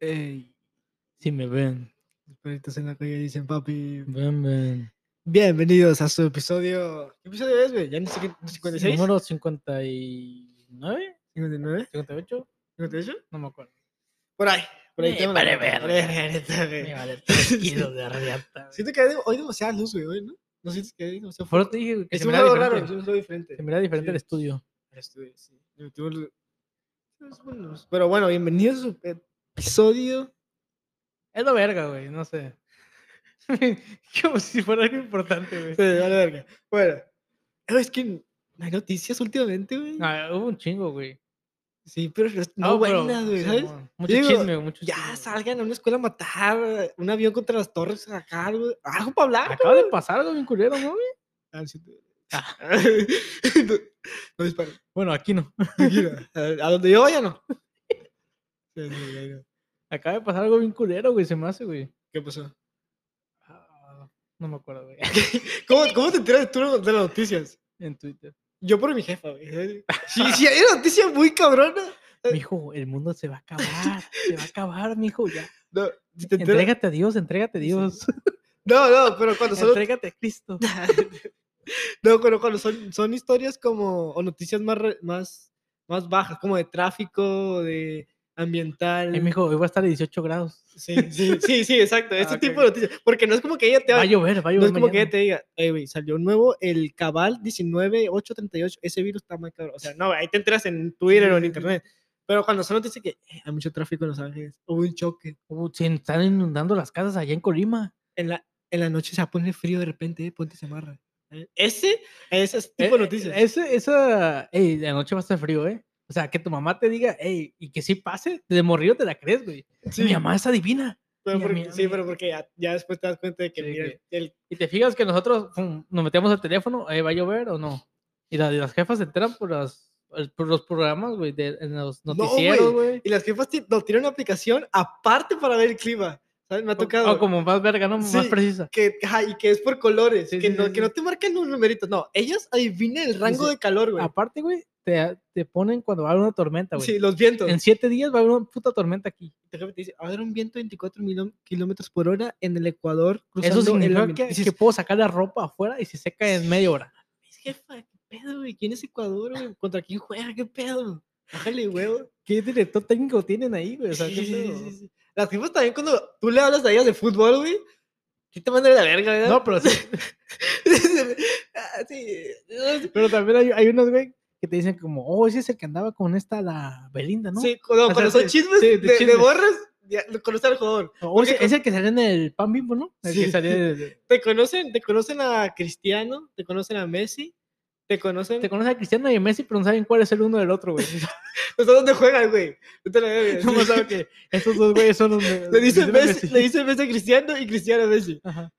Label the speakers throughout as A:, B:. A: Ey,
B: Sí, me ven.
A: los perritos en la calle dicen, papi.
B: Ven, ven.
A: Bienvenidos a su episodio. ¿Qué episodio es, güey? ¿Ya no sé qué? ¿56?
B: Número 59,
A: ¿59?
B: 58,
A: ¿58?
B: no me acuerdo.
A: Por ahí. Por ahí
B: Me
A: tengo
B: vale
A: la-
B: verga.
A: por ahí, verga, güey.
B: Me vale tres kilos de radiata.
A: Siento que hay de- hoy demasiada luz, güey, hoy, ¿no? No sientes que hay demasiada
B: Por
A: foco?
B: eso te dije que
A: Es
B: se
A: un
B: miraba
A: lado raro, es
B: diferente.
A: un lado diferente.
B: Se miraba diferente el
A: Sí.
B: estudio.
A: El estudio, sí. Le metimos lu- Es bueno, es- Pero bueno, bienvenidos a su episodio.
B: Es la verga, güey, no sé. Como si fuera algo importante, güey.
A: Sí, vale, verga. Bueno, eh, es que no hay noticias últimamente, güey.
B: Ah, hubo un chingo, güey.
A: Sí, pero no,
B: Ah, pero-
A: buenas, güey,
B: sí,
A: ¿sabes?
B: mo- Mucho
A: Digo,
B: chisme, güey, mucho chisme,
A: pues, Ya
B: güey.
A: salgan a una escuela a matar, eh, un avión contra las torres, acá, algo, algo para hablar.
B: Acaba de pasar algo bien culero, ¿no, güey?
A: Ah, sí, tú-
B: Ah.
A: no, no disparen,
B: Bueno, aquí no.
A: tranquila. A, a donde yo vaya, no. Sí, sí, ya, ya.
B: Acaba de pasar algo bien culero, güey, se me hace, güey.
A: ¿Qué pasó?
B: Ah, No me acuerdo, güey.
A: ¿Cómo, ¿Cómo te enteras tú de las noticias?
B: En Twitter.
A: Yo por mi jefa, güey. Sí, sí, hay una noticia muy cabrona. Eh.
B: Mijo, el mundo se va a acabar. se va a acabar, mijo, ya.
A: No, si te enteras-
B: Entrégate a Dios, entrégate a
A: Sí.
B: Dios.
A: no, no, pero cuando son,
B: Entrégate a Cristo.
A: no, pero cuando son, son historias como, o noticias más, re- más, más bajas, como de tráfico, de ambiental.
B: Eh, mijo, hoy va a estar a 18 grados.
A: Sí, sí, sí, sí, exacto.
B: Ah,
A: Este
B: ok,
A: tipo de
B: ok.
A: noticias. Porque no es como que ella te
B: Va
A: va-
B: a llover, va a
A: No
B: llover
A: es como que ella
B: mañana.
A: te diga, "Ey, güey, salió nuevo el Cabal 19838. Ese virus está muy cabrón. O sea, no, ahí te enteras en Twitter
B: Sí,
A: o en
B: sí, sí.
A: internet. Pero cuando solo te dice que "Eh, hay mucho tráfico en Los Ángeles, hubo un choque.
B: Uh, se están inundando las casas allá en Colima.
A: En la, en la noche se pone frío de repente, eh, ponte se amarra. eh, Ese, ese es tipo de
B: Eh,
A: noticias.
B: Ese, esa, ey, la noche va a estar frío, ¿eh? O sea, que tu mamá te diga, ey, y que sí pase, de morrido te la crees, güey.
A: sí,
B: Mi mamá es adivina.
A: pero
B: mi
A: porque-
B: ami-
A: sí,
B: mi-
A: pero porque ya, ya después te das cuenta de que,
B: Sí,
A: mira,
B: que-
A: el-
B: Y te fijas que nosotros pum, nos metemos al teléfono, eh, ¿va a llover o no? Y, la- y las jefas se enteran por, las, el- por los programas, güey, de- en los
A: No, güey,
B: noticieros, güey.
A: y las jefas ti- no, tienen una aplicación aparte para ver el clima. ¿Sabes? Me ha
B: O-
A: tocado.
B: O como más verga, ¿no? Más
A: Sí.
B: precisa.
A: que, ajá, y que es por colores,
B: Sí,
A: que,
B: sí,
A: no,
B: sí,
A: que
B: sí.
A: no te marcan los numeritos, no, ellas adivinan el rango
B: sí.
A: de calor, güey.
B: Aparte, güey, te, te ponen cuando va a haber una tormenta, güey.
A: Sí, los vientos.
B: En siete días va a haber una puta tormenta aquí.
A: Tu jefe te dice, va a haber un viento de 24 mil kilómetros por hora en el Ecuador cruzando
B: Eso significa
A: el
B: que,
A: dices,
B: que puedo sacar la ropa afuera y se seca en media hora.
A: "Mis jefa, qué pedo, güey, ¿quién es Ecuador, güey? ¿Contra quién juega? ¿Qué pedo? Bájale, huevo.
B: ¿Qué director técnico tienen ahí, güey? O sea,
A: Sí,
B: ¿qué
A: sí, sí,
B: pedo?
A: sí, sí. Las jefas también cuando tú le hablas a ellas de fútbol, güey, ¿qué te mandan a la verga, verdad?
B: No, pero, sí,
A: Ah, sí.
B: pero también hay, hay unos, güey, que te dicen como, oh, ese es el que andaba con esta, la Belinda, ¿no?
A: Sí, cuando,
B: O sea,
A: cuando son
B: sí,
A: chismes,
B: sí, de
A: de, de
B: chismes.
A: borras, ya, lo conoces al jugador.
B: O "Oh, ese,
A: porque-
B: es el que salió en el Pan Bimbo, ¿no? El
A: Sí.
B: que salió de-
A: te conocen, te conocen a Cristiano, te conocen a Messi, te conocen.
B: Te conoces a Cristiano y a Messi, pero no saben cuál es el uno del otro, güey.
A: O sea, ¿dónde juegan, güey? No te la vergas.
B: No saben que estos dos güeyes son los... de-
A: Le dicen
B: Cristiano y
A: Messi, le dicen Messi a Cristiano y Cristiano a Messi.
B: Ajá.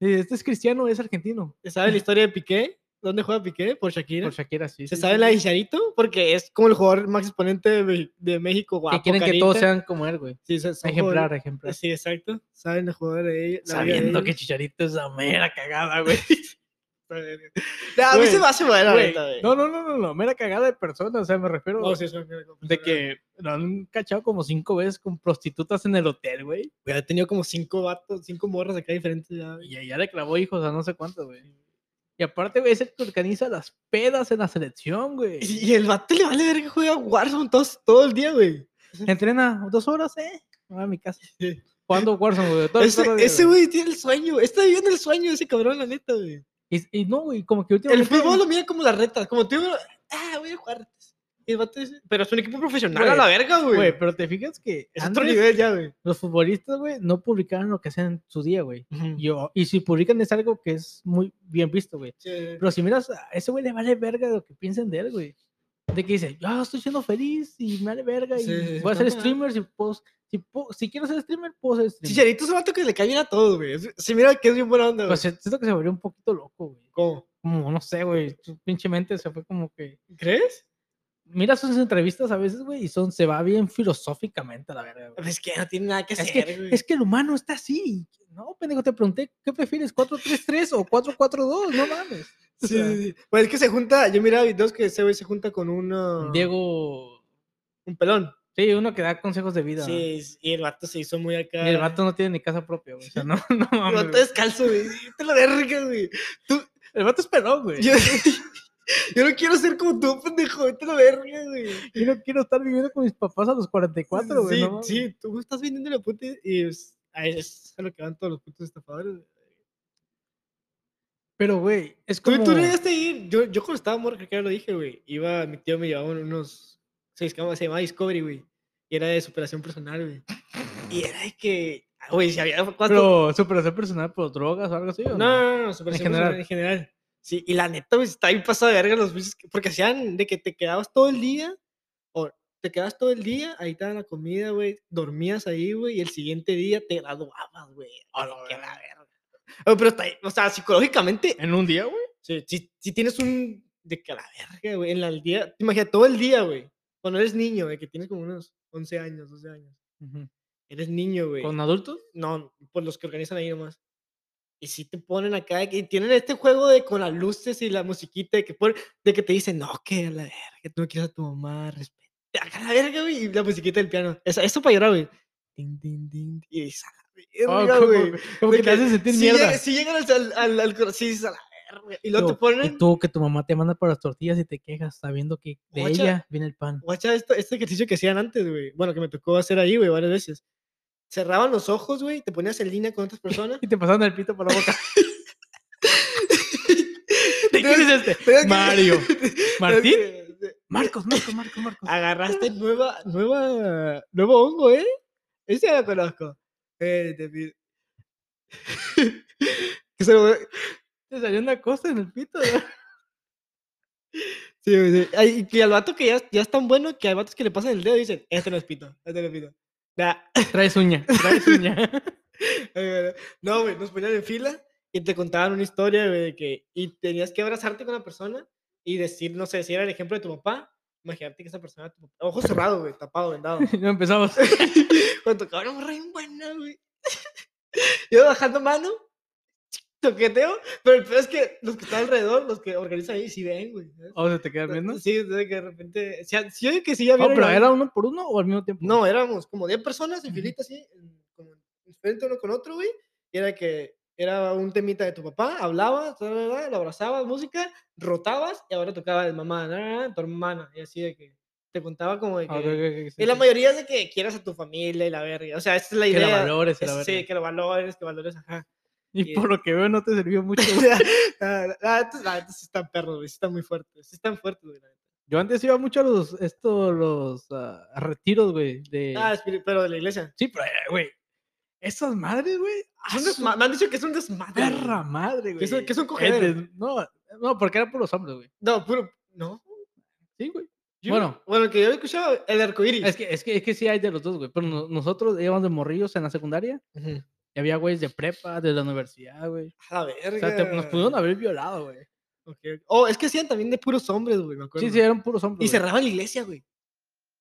B: Y Este es cristiano, es argentino.
A: ¿Se sabe la historia de Piqué? ¿Dónde juega Piqué? Por Shakira.
B: Por Shakira, sí.
A: ¿Se
B: sí,
A: sabe
B: sí,
A: la
B: sí.
A: de Charito? Porque es como el jugador más exponente de, Mex- de México, guapo.
B: Que quieren que todos
A: carita.
B: sean como él, güey.
A: Sí, son- son
B: Ejemplar,
A: jugadores-
B: ejemplar.
A: Sí, exacto. Saben el jugador de ella. la vida de
B: Sabiendo que
A: ellos.
B: Chicharito es la mera cagada, güey.
A: No, a mí
B: Güey,
A: se me hace bueno,
B: Güey,
A: ahorita, güey.
B: No, no, no, no, no, mera cagada de persona. O sea, me refiero
A: No, sí, eso es una
B: de
A: cosa,
B: que lo han cachado como cinco veces con prostitutas en el hotel, güey.
A: güey, ha tenido como cinco vatos, cinco morras acá diferentes. Ya, güey.
B: Y ya- ya le clavó hijos a no sé cuántos, güey. Y aparte, güey, es el que organiza las pedas en la selección, güey.
A: Y y el vato le vale ver que juega Warzone todos, todo el día, güey.
B: Entrena dos horas, ¿eh? Me voy a mi casa.
A: Sí.
B: Jugando Warzone, güey. todo el
A: Ese,
B: perro día,
A: ese güey tiene el sueño. Está viviendo el sueño ese cabrón, la neta, güey.
B: Y, y no, güey, como que
A: El
B: últimamente...
A: fútbol lo mira como la reta. Como tú, ah, voy a jugar retas. Y el vato dice, pero es un equipo profesional
B: Güey,
A: a la verga, güey.
B: Güey, pero te fijas que
A: Es otro
B: antes
A: nivel ya, güey.
B: los futbolistas, güey, no publicaban lo que hacían en su día, güey. Yo, y si publican es algo que es muy bien visto, güey.
A: Sí, sí.
B: Pero si miras, a ese güey le vale verga lo que piensen de él, güey. De que dice, yo estoy siendo feliz y me vale verga y
A: Sí, sí, sí,
B: voy a ser
A: no, no.
B: streamer si puedo, si puedo- si quiero ser streamer, puedo ser streamer.
A: Chicharito es un vato que le cae bien a todos, güey. Es- Se mira que es bien buena onda,
B: Pero
A: güey.
B: se- siento que se volvió un poquito loco, güey.
A: ¿Cómo?
B: Como, no sé, güey, su pinche mente se fue como que...
A: ¿Crees?
B: Mira sus entrevistas a veces, güey, y son, se va bien filosóficamente a la verga, güey.
A: Es que no tiene nada que
B: Es
A: hacer, güey.
B: que, es que el humano está así. No, pendejo, te pregunté, ¿qué prefieres? ¿4-3-3 o 4-4-2? No mames. O
A: Sí,
B: sea,
A: sí, sí. Pues es que se junta, yo miraba videos que ese güey se junta con un... ah,
B: Diego...
A: Un pelón.
B: Sí, uno que da consejos de vida.
A: Sí, es- y el vato se hizo muy
B: Y
A: acá.
B: el vato no tiene ni casa propia, güey. O sea, no, no
A: El
B: mames.
A: vato
B: güey.
A: descalzo, güey. Te la verga, güey.
B: El vato es pelón, güey.
A: Yo, yo no quiero ser como tú, pendejo. Te la verga, güey.
B: Yo no quiero estar viviendo con mis papás a los 44, güey.
A: Sí,
B: no mames.
A: sí, tú me estás vendiendo la puta y es, a es a lo que van todos los putos estafadores. güey.
B: Pero, güey, es
A: Tú,
B: como...
A: tú no llegaste a ir. Yo, yo cuando estaba morro, creo que ya lo dije, güey. Iba, mi tío me llevaba unos seis camas, se llamaba Discovery, güey. Y era de superación personal, güey. Y era de que, ah, güey, si había cuatro.
B: Pero superación personal por drogas o algo así, ¿o
A: No,
B: no?
A: no, no, superación
B: En general.
A: personal en general. Sí, y la neta, güey, está bien pasada de verga los bichos. que- Porque hacían de que te quedabas todo el día, o te quedabas todo el día, ahí te daban la comida, güey. Dormías ahí, güey, y el siguiente día te graduabas, güey.
B: A
A: Ay,
B: la
A: qué la
B: verga.
A: verga. Oh, Pero está, o sea, psicológicamente
B: ¿En un día, güey?
A: Sí, si, si tienes un. De que a la verga, güey. En la al día. Imagina todo el día, güey. Cuando eres niño, güey, que tienes como unos 11 años, 12 años. Eres niño, güey.
B: ¿Con adultos?
A: No, por los que organizan ahí nomás. Y si te ponen acá, de que- y tienen este juego de con las luces y la musiquita, de que, pon- de que te dicen, no, que a la verga, tú no quieres a tu mamá, respeta. Acá a la verga, güey. Y la musiquita del piano. Esa, eso para llorar, güey. Tin, tin, tin, Y dices, a la
B: Oh,
A: verga,
B: como,
A: güey.
B: como
A: De
B: que te hacen sentir
A: si
B: mierda.
A: llega- si llegan al, al, al, al cor- sí, dices, a la verga. Y luego te
B: Luego,
A: ponen.
B: Y tú que tu mamá te manda por las tortillas y te quejas sabiendo que de
A: Guacha.
B: ella viene el pan.
A: Guacha, esto- este ejercicio que hacían antes, güey. Bueno, que me tocó hacer ahí, güey, varias veces. Cerraban los ojos, güey, te ponías en línea con otras personas.
B: Y te pasaron el pito por la boca. ¿De
A: Tenías-
B: quién es este?
A: tenías que-
B: Mario.
A: tenías
B: ¿Martín?
A: que- eh, Ah,
B: Marcos, Marcos, Marcos, Marcos.
A: Agarraste nueva, nueva, nuevo hongo, ¿eh? Ese ya lo conozco. Eh, te pido. Que se lo-
B: Te salió una cosa en el pito. ¿verdad?
A: sí, güey, sí. Ay, y que al vato que ya, ya es tan bueno que hay vatos que le pasan el dedo y dicen, este no es pito, este no es pito. Nah.
B: Traes uña, traes uña.
A: Eh, No, güey, nos ponían en fila y te contaban una historia, güey, de que. Y tenías que abrazarte con la persona y decir, no sé, si era el ejemplo de tu papá, imaginarte que esa persona era tu papá. Ojo cerrado, güey, tapado, vendado.
B: Y no empezamos.
A: Cuando cabrón, morra bien buena, güey. Yo bajando mano, toqueteo, pero el peor es que los que están alrededor, los que organizan ahí, sí ven, güey. ¿sabes?
B: O se te queda viendo.
A: Sí, entonces que de repente. si yo digo que sí, ya
B: No,
A: vieron
B: pero
A: la-
B: era uno por uno o al mismo tiempo.
A: no, éramos como 10 personas en
B: Ujú.
A: filita así, en- como enfrente uno con otro, güey. Y era que era un temita de tu papá, hablabas, ta, ta, ta, lo abrazabas, música, rotabas y ahora tocaba el mamá, na, na, na, tu hermana. Y así de que te contaba como de que...
B: Ah, ok, ok, ok, sí,
A: y la
B: sí.
A: mayoría eh, es de que quieras a tu familia y la verga. O sea, esa es la
B: Que
A: idea.
B: la valores, que la
A: es-
B: verga.
A: sí, que lo valores, que valores, ajá.
B: Y
A: que-
B: por lo que veo no te sirvió mucho. güey.
A: Ah, ah, estos- ah, estos sí están perros, güey, sí están muy fuertes, sí están fuertes, güey. la neta.
B: Yo antes iba mucho a los, esto, los ah, retiros, güey. De...
A: Ah, espiri- pero de la iglesia.
B: Sí, pero, eh, güey. Esas madres, güey.
A: Es un
B: a Ah, su
A: desma- Me han dicho que es un desmadre. güey.
B: Perra madre, güey.
A: Que son- que son
B: El
A: cogederos.
B: des- No, no, porque eran puros hombres, güey.
A: No, puro... No,
B: Sí, güey.
A: Yo-
B: Bueno.
A: Bueno, que yo he escuchado el arcoíris.
B: Es que, es, que, es que sí hay de los dos, güey. Pero no- nosotros íbamos de morrillos en la secundaria.
A: Ujú.
B: Y había güeyes de prepa, de la universidad, güey.
A: A la
B: O
A: verga.
B: sea, te- nos pudieron haber violado, güey.
A: Ok, ok. Oh, es que hacían también de puros hombres, güey, me acuerdo.
B: Sí, sí, eran puros hombres.
A: Y
B: güey.
A: cerraban la iglesia, güey.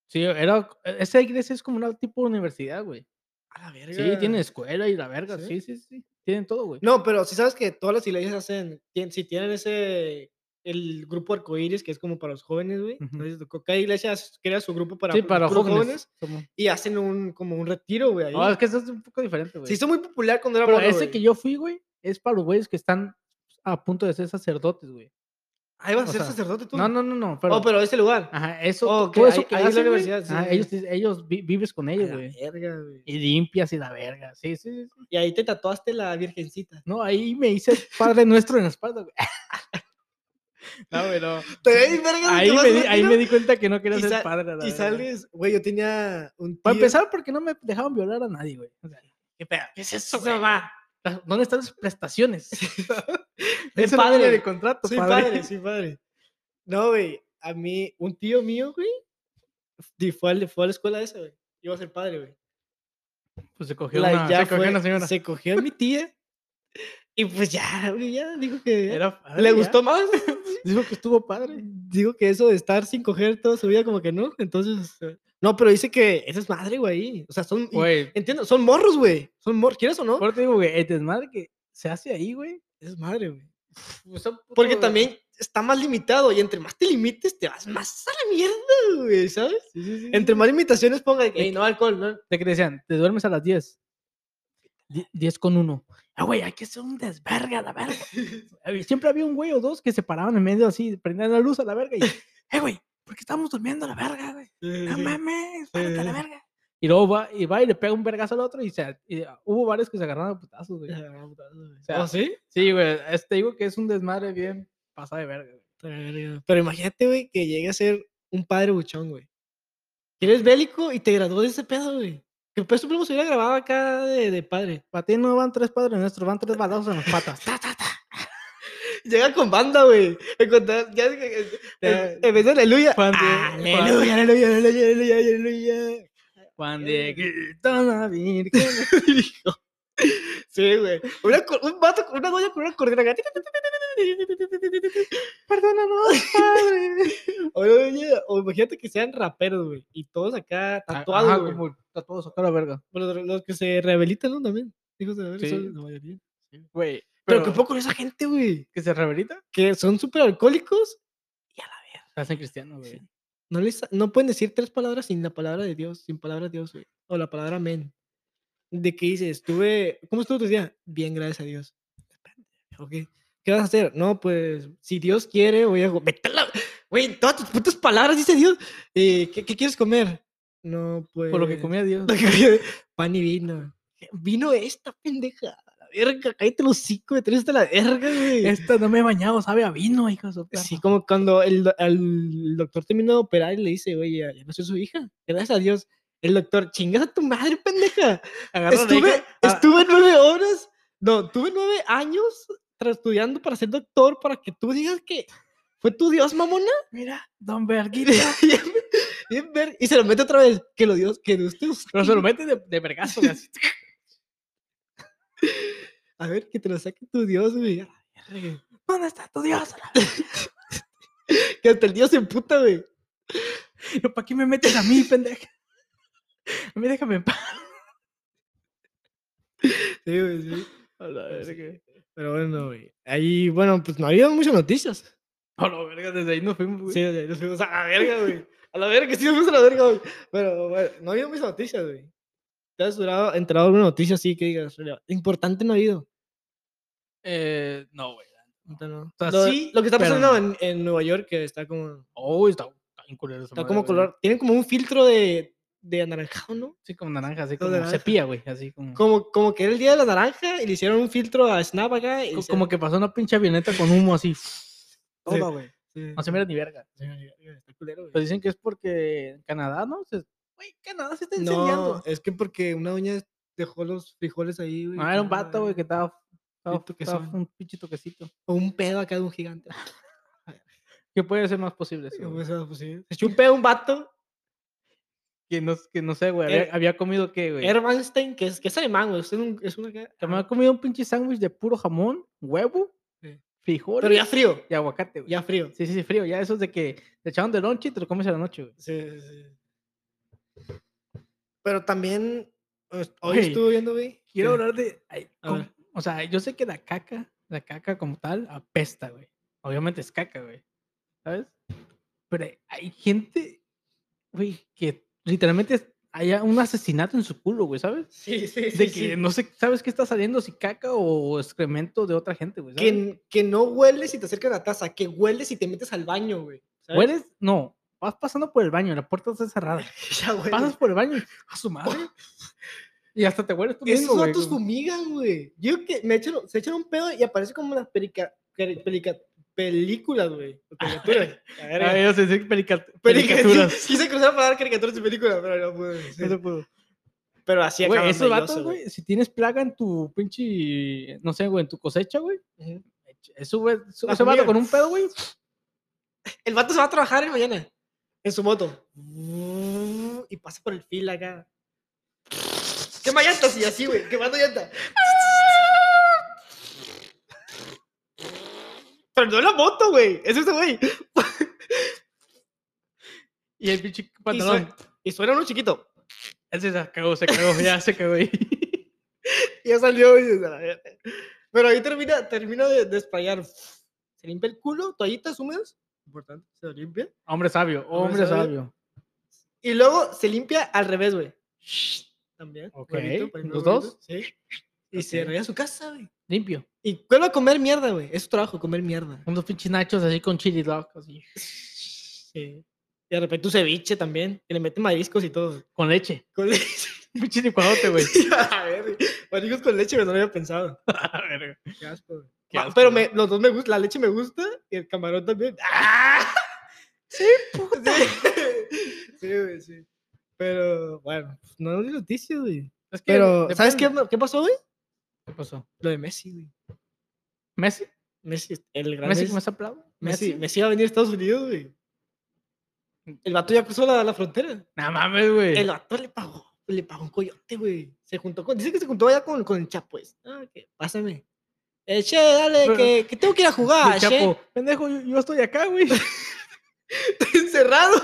B: Sí, era. Esa iglesia es como una tipo de universidad, güey.
A: A la verga.
B: Sí, tiene escuela y la verga. Sí,
A: ¿Sí?
B: sí, sí. Tienen todo, güey.
A: No, pero si sabes que todas las iglesias hacen. Tienen, si tienen ese. El grupo arcoíris, que es como para los jóvenes, güey.
B: Ujú.
A: Entonces, co- cada iglesia hace- crea su grupo para,
B: sí,
A: pu-
B: para
A: puros
B: jóvenes. como-
A: Y hacen un, como un retiro, güey. ahí.
B: No, es que eso es un poco diferente, güey.
A: Se hizo muy popular cuando era
B: Pero
A: morro,
B: ese
A: güey.
B: que yo fui, güey, es para los güeyes que están a punto de ser sacerdotes, güey.
A: Ahí vas a
B: o
A: ser
B: sea,
A: sacerdote tú.
B: No, no, no, no. Pero,
A: Pero,
B: Ah,
A: oh, pero ese lugar.
B: Ajá, eso.
A: Oh,
B: todo-
A: ok,
B: todo eso
A: ahí-
B: que
A: ahí en la
B: hacen, güey,
A: universidad, sí,
B: ajá,
A: sí,
B: ellos,
A: sí.
B: te- ellos vi- vives con
A: A
B: ellos,
A: la
B: güey.
A: verga, güey.
B: Y limpias y la verga. Sí, sí, sí. sí.
A: Y ahí te tatuaste la virgencita.
B: No, ahí me hice el Padre Nuestro en la espalda, güey. No, pero
A: Te ves bien verga, güey,
B: ahí
A: te vas
B: me,
A: al
B: di, ahí
A: retiro.
B: me di cuenta que no quería
A: Y
B: ser
A: sal-
B: padre. a la
A: Y
B: verga.
A: sales, güey, yo tenía un tío.
B: Para empezar, porque no me dejaban violar a nadie, güey. O sea,
A: ¿Qué pedo? ¿Qué es eso,
B: güey?
A: mamá?
B: las- ¿Dónde están las prestaciones? es
A: padre.
B: padre de contrato,
A: Soy
B: padre.
A: padre. soy padre. No, güey, a mí, un tío mío, güey, di- fue, al- fue a la escuela esa, güey. Iba a ser padre, güey.
B: Pues se cogió
A: La-
B: una,
A: ya
B: se cogió
A: fue-
B: una señora.
A: Se cogió a mi tía. Y pues ya, güey, ya dijo que. ya.
B: Era padre,
A: ¿Le
B: ya.
A: gustó más?
B: Dijo que estuvo padre.
A: Digo que eso de estar sin coger toda su vida, como que no. Entonces. eh, No, pero dice que esa es madre, güey. O sea, son. y-
B: Güey,
A: Entiendo, son morros, güey. Son morros, ¿quieres o no?
B: por eso te digo, güey, el desmadre que se hace ahí, güey.
A: Es madre, güey.
B: pues, son
A: Porque
B: puto-
A: también está más limitado y entre más te limites, te vas más a la mierda, güey, ¿sabes?
B: Sí, sí, sí.
A: Entre más limitaciones pongan,
B: que-
A: "Ey, no alcohol, no.
B: De que te decían, te duermes a las 10. Die- 10 con 1. Ah, güey, hay que hacer un desverga, la verga. Había- Siempre había un güey o dos que se paraban en medio así, prendían la luz a la verga y, eh, güey, ¿por qué estamos durmiendo a la verga, güey? No mames, párate a la
A: sí.
B: verga. Y luego va y, va y le pega un vergazo al otro y, se, y ah, hubo varios que se agarraron a putazos, güey. sea,
A: ¿Oh, sí?
B: Sí, güey, es- te digo que es un desmadre bien pasado de verga, güey.
A: Pero, verga. Pero imagínate, güey, que llegue a ser un padre buchón, güey. Que eres bélico y te graduó de ese pedo, güey. Que pues supongo se hubiera grabado acá de, de padre.
B: Para ti no van tres padres nuestros, van tres balazos en las patas. Ta, ta, ta.
A: Llega con banda, güey. En cuanto- ya- en- en-
B: Ya-
A: En vez de aleluya. Ah,
B: Cuando-
A: Aleluya, aleluya, aleluya, aleluya, aleluya.
B: Cuando
A: Verga.
B: grita la virgen.
A: Hijo. Sí, güey. Una, co- un vato, con- una doña con una cordera. acá.
B: Perdónanos, padre.
A: O, una doña- o imagínate que sean raperos, güey. Y todos acá tatuados,
B: Ah, Ajá,
A: güey.
B: como tatuado, sacar la verga.
A: Bueno, los, los que se rehabilitan, ¿no? También. Hijos de la verga,
B: Sí.
A: son la mayoría.
B: Güey.
A: Pero, qué poco con esa gente, güey.
B: que se reverita.
A: Que son súper alcohólicos.
B: Se hacen cristianos, güey.
A: No, les, no pueden decir tres palabras sin la palabra de Dios. Sin palabra de Dios, güey. O la palabra amén. De que dices, estuve. ¿Cómo estuvo tu día? Bien, gracias a Dios. Ok. ¿Qué vas a hacer? No, pues, si Dios quiere, voy a. Vete a la- Güey, en todas tus putas palabras dice Dios. Eh, ¿qué, qué quieres comer? No, pues.
B: Por lo que comía Dios.
A: Pan y vino. Vino esta pendeja. a La verga, cállate los cinco de tres de la verga, güey.
B: Esta no me he bañado, sabe a vino, hijo de su perra.
A: Sí, como cuando el, do- al doctor termina de operar y le dice, güey, ya, ya no soy su hija. Gracias a Dios. El doctor, chingas a tu madre, pendeja.
B: Agarra la
A: Estuve,
B: hija, ah,
A: estuve nueve horas. No, tuve nueve años tra- estudiando para ser doctor para que tú digas que fue tu Dios, mamona.
B: Mira, don Verguita.
A: Bien- bien ver- y se lo mete otra vez. Que lo Dios, que Dios te
B: Pero se lo mete de, de vergazo, güey, así.
A: A ver, que te lo saque tu Dios, güey. a la verga.
B: ¿Dónde está tu Dios? A la
A: Que hasta el Dios se emputa, güey.
B: verga, ¿Para qué me metes a mí, pendeja? A mí déjame en paz.
A: Sí, güey, sí.
B: A la
A: Pues sí.
B: verga.
A: Pero bueno, güey. Ahí, bueno, pues no ha habido muchas noticias.
B: A la verga, desde ahí nos fuimos, güey.
A: Sí, de ahí nos fuimos a la verga, güey. A la verga, sí nos fuimos a la verga, güey. Pero, bueno, no ha habido muchas noticias, güey. ¿Te has durado, enterado de alguna noticia así que digas, "Rela- importante no ha habido?
B: Eh, no, güey.
A: Ahorita no.
B: sea,
A: lo,
B: sí,
A: lo que está
B: pero
A: pasando en, en Nueva York, que está como,
B: Oh, está bien culero esa
A: está
B: madre,
A: como
B: güey.
A: color, tiene como un filtro de, de anaranjado, ¿no?
B: Sí, como naranja, así
A: Todo
B: como
A: naranja.
B: cepilla, güey. Así como. Como,
A: Como, como que era el día de la naranja y le hicieron un filtro a Snap acá. Y hicieron-
B: que pasó una pinche avioneta con humo así. Toda, güey.
A: Sí,
B: No se mira ni verga.
A: sí, sí, está culero, güey.
B: Pero Pues, dicen que es porque en Canadá, ¿no? Se- Güey, Canadá se está
A: No,
B: incendiando.
A: es que porque una doña dejó los frijoles ahí, güey.
B: Ah,
A: que
B: era un
A: no, la
B: vato, güey,
A: verga.
B: que estaba. estaba-
A: Un
B: estaba
A: toquezón.
B: un pinche toquecito.
A: O un pedo acá de un gigante.
B: ¿Qué puede ser más posible eso? Ah, güey?
A: pues Se echó un pedo un vato,
B: Que no, que no sé, güey.
A: Er-
B: Había, había comido qué, güey. Ah.
A: Ermanstein, que es, que es alemán, güey. Es un, es una acá-
B: Que me había comido un pinche sándwich de puro jamón, huevo,
A: Sí.
B: frijoles
A: Pero ya frío,
B: y aguacate, güey.
A: ya frío.
B: Sí, sí, sí, frío. Ya eso es de que te echaron de lonche y te lo comes a la noche, güey.
A: Sí, sí, sí. Pero también, pues, hoy
B: Güey,
A: estuve viendo, güey.
B: Quiero
A: que-
B: hablar de. ay,
A: A
B: com-
A: ver.
B: o sea, yo sé que la caca, la caca como tal, apesta, güey. Obviamente es caca, güey. ¿Sabes? Pero hay- hay gente, güey, que literalmente es- haya un asesinato en su culo, güey, ¿sabes?
A: Sí, sí, sí.
B: De
A: sí.
B: que no sé, ¿sabes qué está saliendo? Si caca o excremento de otra gente, güey.
A: Que,
B: ¿sabes?
A: n- que no hueles y te acercas a la taza, que hueles y te metes al baño, güey. ¿sabes?
B: ¿Hueles? No. Vas pasando por el baño, la puerta está cerrada.
A: Ya hueles.
B: Pasas por el baño, a su madre. Y hasta te hueles tú mismo,
A: Esos
B: güey.
A: vatos
B: como-
A: fumigan, güey. Yo digo que me echaron, se echan un pedo y aparece como las perica, cari- pelica- películas, güey. o Caricaturas. La verga.
B: Ay, yo sé decir pelica-
A: Películas.
B: pelicaturas.
A: Sí, Quise cruzar para dar caricaturas y películas, pero no pude. sí.
B: No se pudo.
A: Pero así
B: Güey,
A: acaban
B: esos
A: velloso,
B: vatos, güey, si tienes plaga en tu pinche, no sé, güey, en tu cosecha, güey.
A: Ujú.
B: Eso, güey, eso-
A: La
B: ese vato
A: fumigan.
B: con un pedo, güey.
A: El vato se va a trabajar en mañana en su moto. Y pasa por el fil acá. ¿Qué llantas y así, güey? ¿Qué llanta? Pero no la moto, güey. Es ese güey.
B: Y el pinche
A: Y,
B: pantalón.
A: suena- y suena uno chiquito.
B: Ese se cagó, se cagó, ya se cagó ahí.
A: Y ya salió. y dices, "A la verga". Pero ahí termina, termina de, de estallar. se limpia el culo, toallitas húmedas, importante, se lo limpia.
B: Hombre sabio, hombre,
A: Hombre sabio.
B: sabio.
A: Y luego se limpia al revés, güey. También.
B: Ok,
A: para
B: ¿los
A: irnos
B: dos?
A: Sí. Y se
B: Ok.
A: regresa a su casa, güey.
B: Limpio.
A: Y vuelve a comer mierda, güey. Es su trabajo, comer mierda.
B: Unos pinches nachos así con chili dog, así.
A: Sí. Y de repente un ceviche también, que le mete mariscos y todo.
B: Con leche.
A: Con leche.
B: Pinche licuadote, güey.
A: A ver, mariscos con leche, pero no lo había pensado.
B: A ver,
A: Qué asco, güey.
B: Qué
A: Ah,
B: asco,
A: pero
B: güey.
A: me- los dos me gustan, la leche me gusta y el camarón también. ¡Ah!
B: Sí,
A: puta. Sí, güey, sí. Pero, bueno, pues, no hay noticias, güey.
B: es que
A: Pero, ¿sabes qué,
B: depende.
A: qué pasó, güey?
B: ¿Qué pasó?
A: Lo de Messi, güey.
B: ¿Messi?
A: Messi, el gran
B: ¿Messi
A: Messi.
B: que más aplaude?
A: Messi, Messi va a venir a Estados Unidos, güey. El vato ya cruzó la, la frontera.
B: No mames, güey.
A: El vato le pagó, le pagó un coyote, güey. Se juntó con, dice que se juntó allá con, con el Chapo, ese. Ah, que pásame. Eh, che, dale,
B: Pero-
A: que, que tengo que ir a jugar,
B: El
A: che.
B: Chapo, pendejo, yo, yo estoy acá, güey.
A: Encerrado.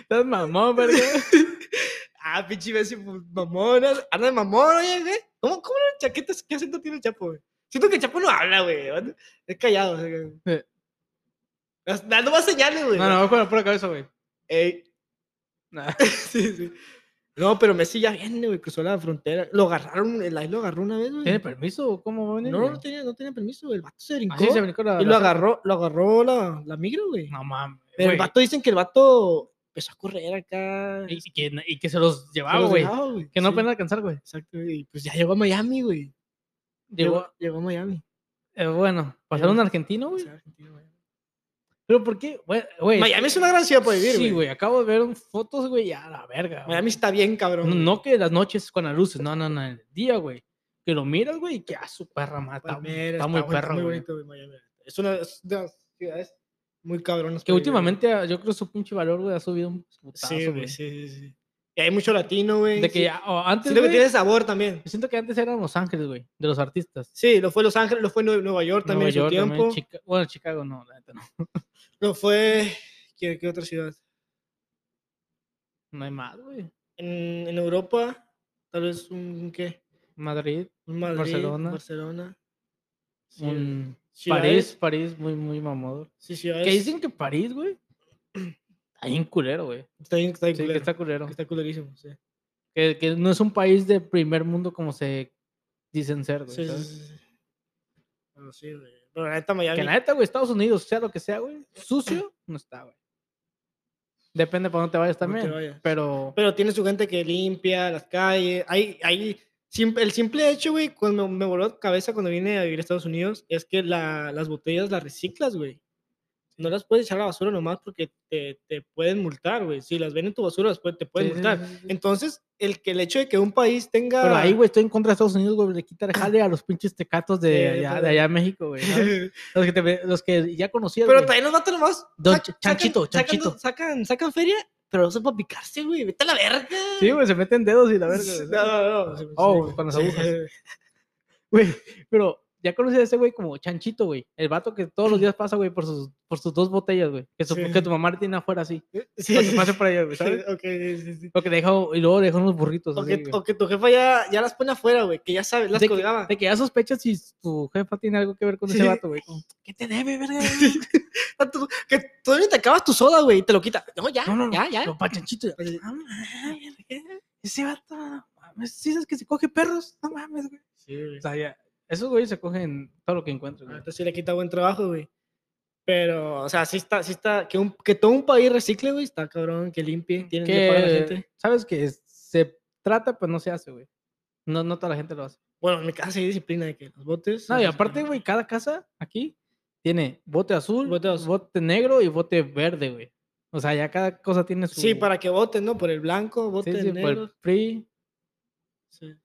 B: Estás mamón, verga.
A: Ah, pinche Messi, pues, mamón. Anda de mamón, oye, güey. ¿Cómo, cómo eran chaquetas? ¿Qué acento tiene el Chapo, güey? Siento que el Chapo no habla, güey. ¿vale? Es callado. o sea, que-
B: Eh.
A: Dando más señales, güey.
B: No, no, voy con la pura cabeza, güey.
A: Ey,
B: Nah.
A: sí, sí. No, pero Messi ya viene, güey, cruzó la frontera. Lo agarraron, el ahí lo agarró una vez, güey.
B: ¿Tiene permiso o cómo va a venir?
A: Mm. No,
B: güey?
A: no tenía, no tenía permiso, güey. El vato se brincó.
B: Así se brincó la.
A: y lo
B: la-
A: agarró, lo agarró la, la migra, güey.
B: No mames.
A: pero
B: güey.
A: el vato dicen que el vato empezó a correr acá.
B: Y,
A: se
B: y que, y que se los llevaba,
A: los
B: ah, güey.
A: dejaba, güey,
B: Que no
A: sí,
B: pueden alcanzar, güey.
A: Exacto, güey. Y pues ya llegó a Miami, güey.
B: Llegó,
A: llegó a Miami.
B: eh, bueno, pasaron un argentino,
A: O
B: güey.
A: sea, Argentina, güey.
B: Pero ¿por qué? Güey, güey,
A: Miami es una gran ciudad para vivir,
B: Sí,
A: güey.
B: güey, acabo de ver un- fotos, güey, y a la verga. güey.
A: Miami está bien,
B: No,
A: cabrón.
B: no que las noches con las luces, no, no, no, el día, güey. Que lo miras, güey, y que a su perra mata. Está,
A: Palmeras,
B: está muy
A: Pues bonito,
B: perro,
A: Muy
B: güey.
A: bonito, güey, Miami. Es una es de las ciudades muy cabronas.
B: Que
A: para vivir, güey.
B: últimamente ah, yo creo su pinche valor, güey, ha subido un putazo,
A: Sí,
B: güey.
A: güey, sí, sí, sí. Y hay mucho latino, güey.
B: De que
A: sí.
B: ya, o antes,
A: Siento que
B: güey,
A: tiene sabor también.
B: yo siento que antes eran Los Ángeles, güey, de los artistas.
A: Sí, lo fue Los Ángeles, lo fue Nue- Nueva York
B: Nueva
A: también en
B: York,
A: su
B: también,
A: tiempo.
B: Chica- bueno, Chicago no, la neta no.
A: Lo fue. ¿Qué, qué otra ciudad?
B: No hay más, güey.
A: En, en Europa, tal vez un qué?
B: Madrid,
A: Un Madrid,
B: Barcelona.
A: Barcelona. Barcelona. Sí,
B: un... París,
A: ciudades-
B: París, muy, muy mamador.
A: Sí, ciudades.
B: Que dicen que París, güey, está bien culero, güey.
A: Está bien, está bien
B: Sí, que
A: culero,
B: está culero.
A: que está culerísimo, sí.
B: que, que no es un país de primer mundo como se dicen ser, güey.
A: Sí, sí,
B: ¿sabes?
A: sí, sí. Pero sí, güey. Pero la neta, Miami.
B: Que la neta, güey, Estados Unidos, sea lo que sea, güey, sucio, no está, güey. Depende para dónde te vayas
A: como que
B: también.
A: vaya.
B: Pero,
A: Pero tiene su gente que limpia las calles. Hay, hay, sim- el simple hecho, güey, cuando me voló la cabeza cuando vine a vivir a Estados Unidos, es que la- las botellas las reciclas, güey. No las puedes echar a la basura nomás porque te, te pueden multar, güey. Si las ven en tu basura, después te pueden
B: Sí, sí,
A: multar.
B: sí, sí, sí.
A: Entonces, el, que, el hecho de que un país tenga...
B: pero ahí, güey, estoy en contra de Estados Unidos, güey, le quitar jale a los pinches tecatos de,
A: Sí, pues,
B: allá,
A: pero-
B: de allá de México, güey. ¿sabes? Los, que te ve- los que ya conocías,
A: Pero
B: güey.
A: también los vatos nomás...
B: Don
A: sac-
B: Ch- Chanchito,
A: sacan,
B: Chanchito.
A: Sacan, sacan, sacan feria, pero no son para picarse, güey. Vete a la verga.
B: Sí, güey, se meten dedos y la verga.
A: Sí,
B: güey,
A: No,
B: ¿sabes?
A: no, no. sí,
B: Oh,
A: sí,
B: con las
A: sí,
B: agujas.
A: sí, sí.
B: Güey, pero ya conocí a ese güey como Chanchito, güey. El vato que todos los días pasa, güey, por sus, por sus dos botellas, güey. Que, su-
A: Sí.
B: que tu mamá le tiene afuera así.
A: Sí,
B: Para que
A: sí,
B: pase por allá, güey,
A: Pues sí,
B: ¿sabes?
A: ok, sí, sí, sí.
B: O que dejó, y luego dejó unos burritos.
A: O
B: así,
A: que,
B: güey.
A: o que tu jefa ya, ya las pone afuera, güey, que ya sabes, las
B: de, que,
A: colgaba.
B: de que ya sospechas si tu jefa tiene algo que ver con
A: Sí.
B: ese vato, güey. Como, ¿Qué te debe, verga?
A: Ah, tú- Que todavía te acabas tu soda, güey, y te lo quita. No, ya,
B: No, no, no.
A: ya, ya. Pues
B: Lo pa' chanchito.
A: Oye.
B: Ah, mames, verga. Ese vato, no mames. ¿Sí sabes que se coge perros? No mames, güey. O sea, ya, esos güeyes se cogen todo lo que encuentran,
A: Ah,
B: güey.
A: Entonces sí le quita buen trabajo, güey. Pero, o sea, sí está, sí está, que, un, que todo un país recicle, güey, está cabrón, que limpie, tienen que pagar a la
B: Mm, Que,
A: gente.
B: ¿sabes que es- Se trata, pues no se hace, güey. No, no toda la gente lo hace.
A: Bueno, en mi casa hay disciplina de que los botes.
B: No, y
A: los-
B: aparte, güey, cada casa aquí tiene bote azul, bote,
A: Bote azul.
B: negro y bote verde, güey. O sea, ya cada cosa tiene su.
A: Sí, para que voten, ¿no? Por el blanco,
B: Sí,
A: voten
B: sí, por
A: negro.
B: el PRI.
A: Sí.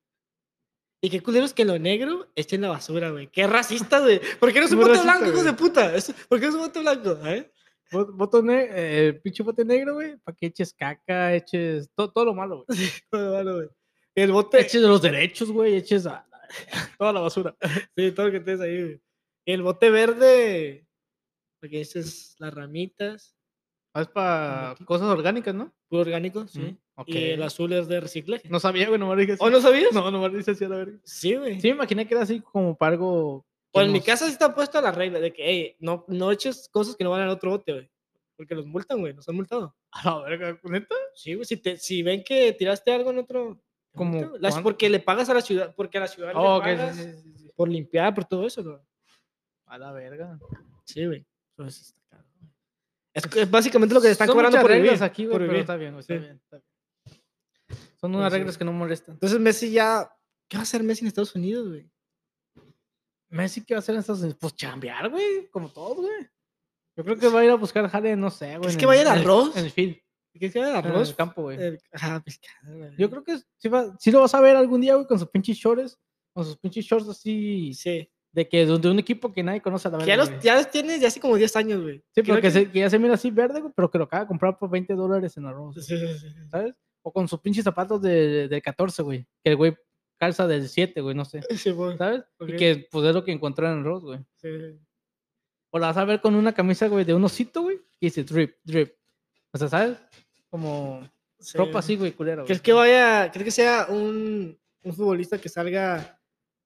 A: Y qué culero es que lo negro echen la basura, güey. Qué racista, güey. ¿Por qué no es un
B: Muy
A: bote
B: racista,
A: blanco, hijos
B: güey.
A: de puta? Es- ¿Por qué no es un bote blanco? eh?
B: bo- Bote ne- eh, el pinche bote negro, güey, para que eches caca, eches to- todo lo malo, güey.
A: Todo malo, güey. El bote.
B: Eches los derechos, güey, eches a- toda la basura.
A: Sí, todo lo que tienes ahí, güey. El bote verde. Porque dices las ramitas.
B: Es para
A: Bote.
B: cosas orgánicas, ¿no?
A: Puro orgánico, sí.
B: Mm, ok.
A: Y el azul es de reciclaje.
B: No sabía, güey, nomás dije así.
A: ¿O no sabías?
B: No, nomás dije así a la verga.
A: Sí, güey.
B: Sí, me imaginé que era así como para algo
A: Pues en mi
B: nos-
A: casa sí está puesta la regla de que, hey, no, no eches cosas que no van al otro bote, güey. Porque los multan, güey, nos han multado.
B: A la verga, ¿neta?
A: Sí, güey, si, te- si ven que tiraste algo en otro. te
B: Como
A: multan, güey. Las-
B: cuán-
A: porque le pagas a la ciudad, porque a la ciudad
B: Oh,
A: le
B: ok, sí,
A: pagas
B: sí, sí, sí.
A: por limpiar, por todo eso, güey.
B: A la verga.
A: Sí, güey. Pues, está caro, güey. es, que es básicamente lo que te están cobrando por
B: reglas
A: vivir,
B: aquí,
A: por
B: güey, pero
A: vivir.
B: está bien, güey, está
A: Sí. Pues
B: bien, está bien. Son unas
A: sí.
B: reglas que no molestan.
A: Entonces Messi ya. ¿Qué va a hacer Messi en Estados Unidos, güey?
B: Messi, ¿qué va a hacer en Estados Unidos? Pues chambear, güey, como todos, güey. Yo creo que va a ir a buscar jale, no sé, güey.
A: ¿Crees
B: en
A: Pues que
B: el-
A: va a ir a
B: en el-
A: Ross?
B: En el field,
A: ¿Qué queda de
B: en el
A: arroz? Eh.
B: campo, güey.
A: El- ajá, pescado, güey.
B: Yo creo que sí, va- sí lo vas a ver algún día, güey, con sus pinches shorts, con sus pinches shorts así,
A: Sí.
B: de que de, de un equipo que nadie conoce a la
A: Que
B: verga.
A: ya, los,
B: güey.
A: ya los tienes de hace como 10 años, güey.
B: Sí,
A: Creo
B: pero que,
A: que-
B: se- que ya se mira así verde, güey, pero que lo acaba de comprar por 20 dólares en arroz,
A: Sí, sí, sí, sí.
B: ¿sabes? O con sus pinches zapatos de, de 14, güey, que el güey calza del 7, güey, no sé,
A: Sí, güey.
B: ¿sabes?
A: Ok.
B: Y que pues es lo que encontró en arroz, güey.
A: Sí, sí.
B: O la vas a ver con una camisa, güey, de un osito, güey, y dice drip, drip. O sea, ¿sabes? Como
A: Sí.
B: ropa así, güey, culera, güey.
A: ¿Crees que vaya, crees que sea un, un futbolista que salga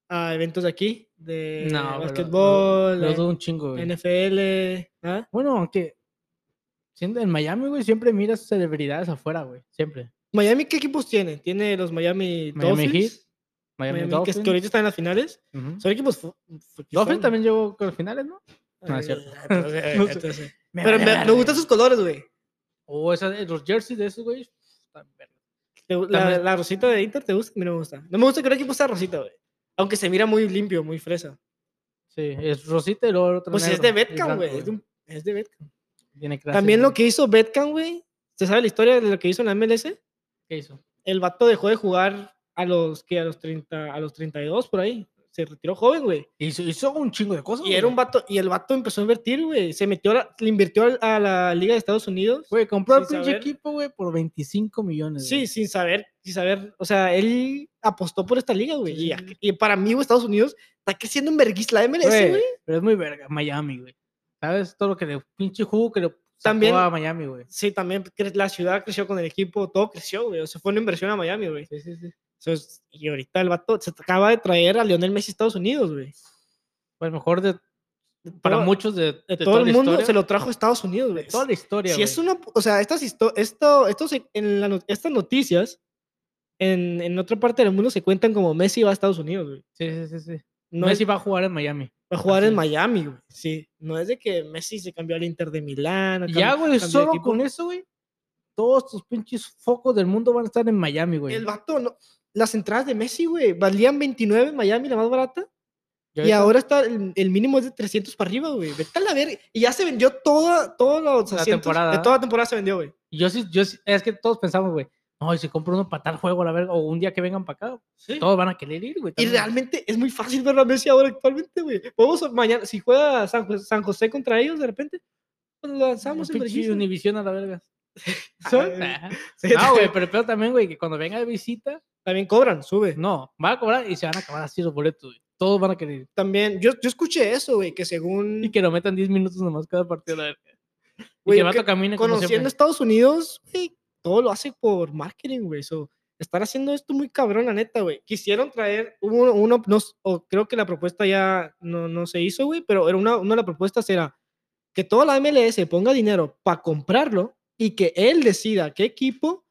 A: a eventos de aquí? De
B: No, güey, lo-
A: basquetbol,
B: Lo dudo un chingo, güey.
A: NFL, ¿ah?
B: Bueno, aunque siendo en Miami, güey, siempre miras celebridades afuera, güey. Siempre.
A: Miami, ¿qué equipos tiene? Tiene los Miami,
B: Miami Heat,
A: Dolphins,
B: Miami,
A: Miami, que,
B: Dolphins.
A: es- que ahorita están en las finales.
B: Ujú.
A: Son equipos. fu- fu- que
B: Dolphins
A: son-
B: también llegó con los finales, ¿no? No, es cierto.
A: Ah, entonces-
B: No sé.
A: entonces- Pero me, me gustan sus colores, güey.
B: O esa, de- los jerseys de esos, güey. están verga.
A: Te gu- La,
B: También-
A: la rosita de Inter te gusta, a mí no me gusta. No me gusta que un equipo sea rosita, güey. Aunque se mira muy limpio, muy fresa.
B: Sí, es Rosita y luego el otro
A: Pues es
B: negro,
A: de
B: y
A: Betcam,
B: blanco,
A: güey. Es de un- Es de Betcam.
B: Tiene clase,
A: También
B: güey.
A: lo que hizo Betcam, güey. ¿Se sabe la historia de lo que hizo en la MLS?
B: ¿Qué hizo?
A: El vato dejó de jugar a los que a los 30, a los 32 por ahí. Se retiró joven, güey.
B: Hizo, hizo un chingo de cosas,
A: Y era
B: güey.
A: un vato y el vato empezó a invertir, güey. Se metió a la- le invirtió al- a la Liga de Estados Unidos.
B: Güey, compró el
A: sin
B: pinche
A: saber.
B: equipo, güey, por 25 millones.
A: Sí,
B: güey.
A: sin saber, sin saber. O sea, él apostó por esta liga, güey.
B: Sí,
A: y
B: sí,
A: a-
B: sí.
A: Y, para mí, güey, Estados Unidos está creciendo en verguis la MLS, güey.
B: Pero es muy verga, Miami, güey. ¿Sabes? Todo lo que le pinche jugo que le sacó
A: También-
B: a Miami, güey.
A: Sí, también cre- la ciudad creció con el equipo, todo creció, güey. O sea, fue una inversión a Miami, güey.
B: Sí, sí, sí.
A: So, es- y ahorita el vato se acaba de traer a Lionel Messi a Estados Unidos, güey.
B: Pues mejor de,
A: De
B: para
A: todo-
B: muchos de,
A: de
B: de
A: todo
B: toda
A: el
B: la
A: mundo
B: historia,
A: se lo trajo a Estados Unidos, güey.
B: toda la historia,
A: Si es
B: güey.
A: una, o sea, estas, histo- esto, estos, en la no- estas noticias en, en otra parte del mundo se cuentan como Messi va a Estados Unidos, güey.
B: Sí, sí, sí, sí.
A: No
B: Messi
A: es-
B: va a jugar en Miami.
A: Va a jugar
B: Así
A: en
B: es.
A: Miami, güey. Sí. No es de que Messi se cambió al Inter de Milán. o
B: Y
A: cam-
B: ya, güey,
A: cambió de
B: solo
A: equipo.
B: con eso, güey, todos tus pinches focos del mundo van a estar en Miami, güey.
A: El vato, no- las entradas de Messi, güey, valían 29 en Miami, la más barata.
B: Y
A: Y
B: ahorita
A: ahora está, el, el mínimo es de 300 para arriba, güey. Vete a la verga. Y ya se vendió toda, todos los
B: La
A: asientos.
B: temporada.
A: De toda la temporada se vendió, güey.
B: Yo sí, yo sí- es que todos pensamos, güey, no, y si compro uno para tal juego, la verga, o un día que vengan para acá,
A: Sí.
B: todos van a querer ir, güey.
A: Y
B: también.
A: realmente es muy fácil ver a Messi ahora actualmente, güey. Vamos a- mañana, si juega San, Jo- San José contra ellos de repente, pues lo
B: Un
A: lanzamos en
B: pinche
A: vergüenza.
B: Univision a la verga.
A: ¿Sabes?
B: Nah.
A: Sí,
B: No, Ah, güey, pero peor también, güey, que cuando venga de visita,
A: También cobran, sube.
B: no, van a cobrar y se van a acabar así los boletos, güey. Todos van a querer ir.
A: También, yo, yo escuché eso, güey, que según...
B: Y que lo metan 10 minutos nomás cada partido, la verga. Y
A: Güey,
B: que
A: lo
B: el vato
A: que-
B: camine como siempre.
A: conociendo Estados Unidos, güey, todo lo hace por marketing, güey. So, están haciendo esto muy cabrón, la neta, güey. Quisieron traer uno, uno no s- o creo que la propuesta ya no, no se hizo, güey, pero era una, una de las propuestas era que toda la MLS ponga dinero para comprarlo y que él decida qué equipo,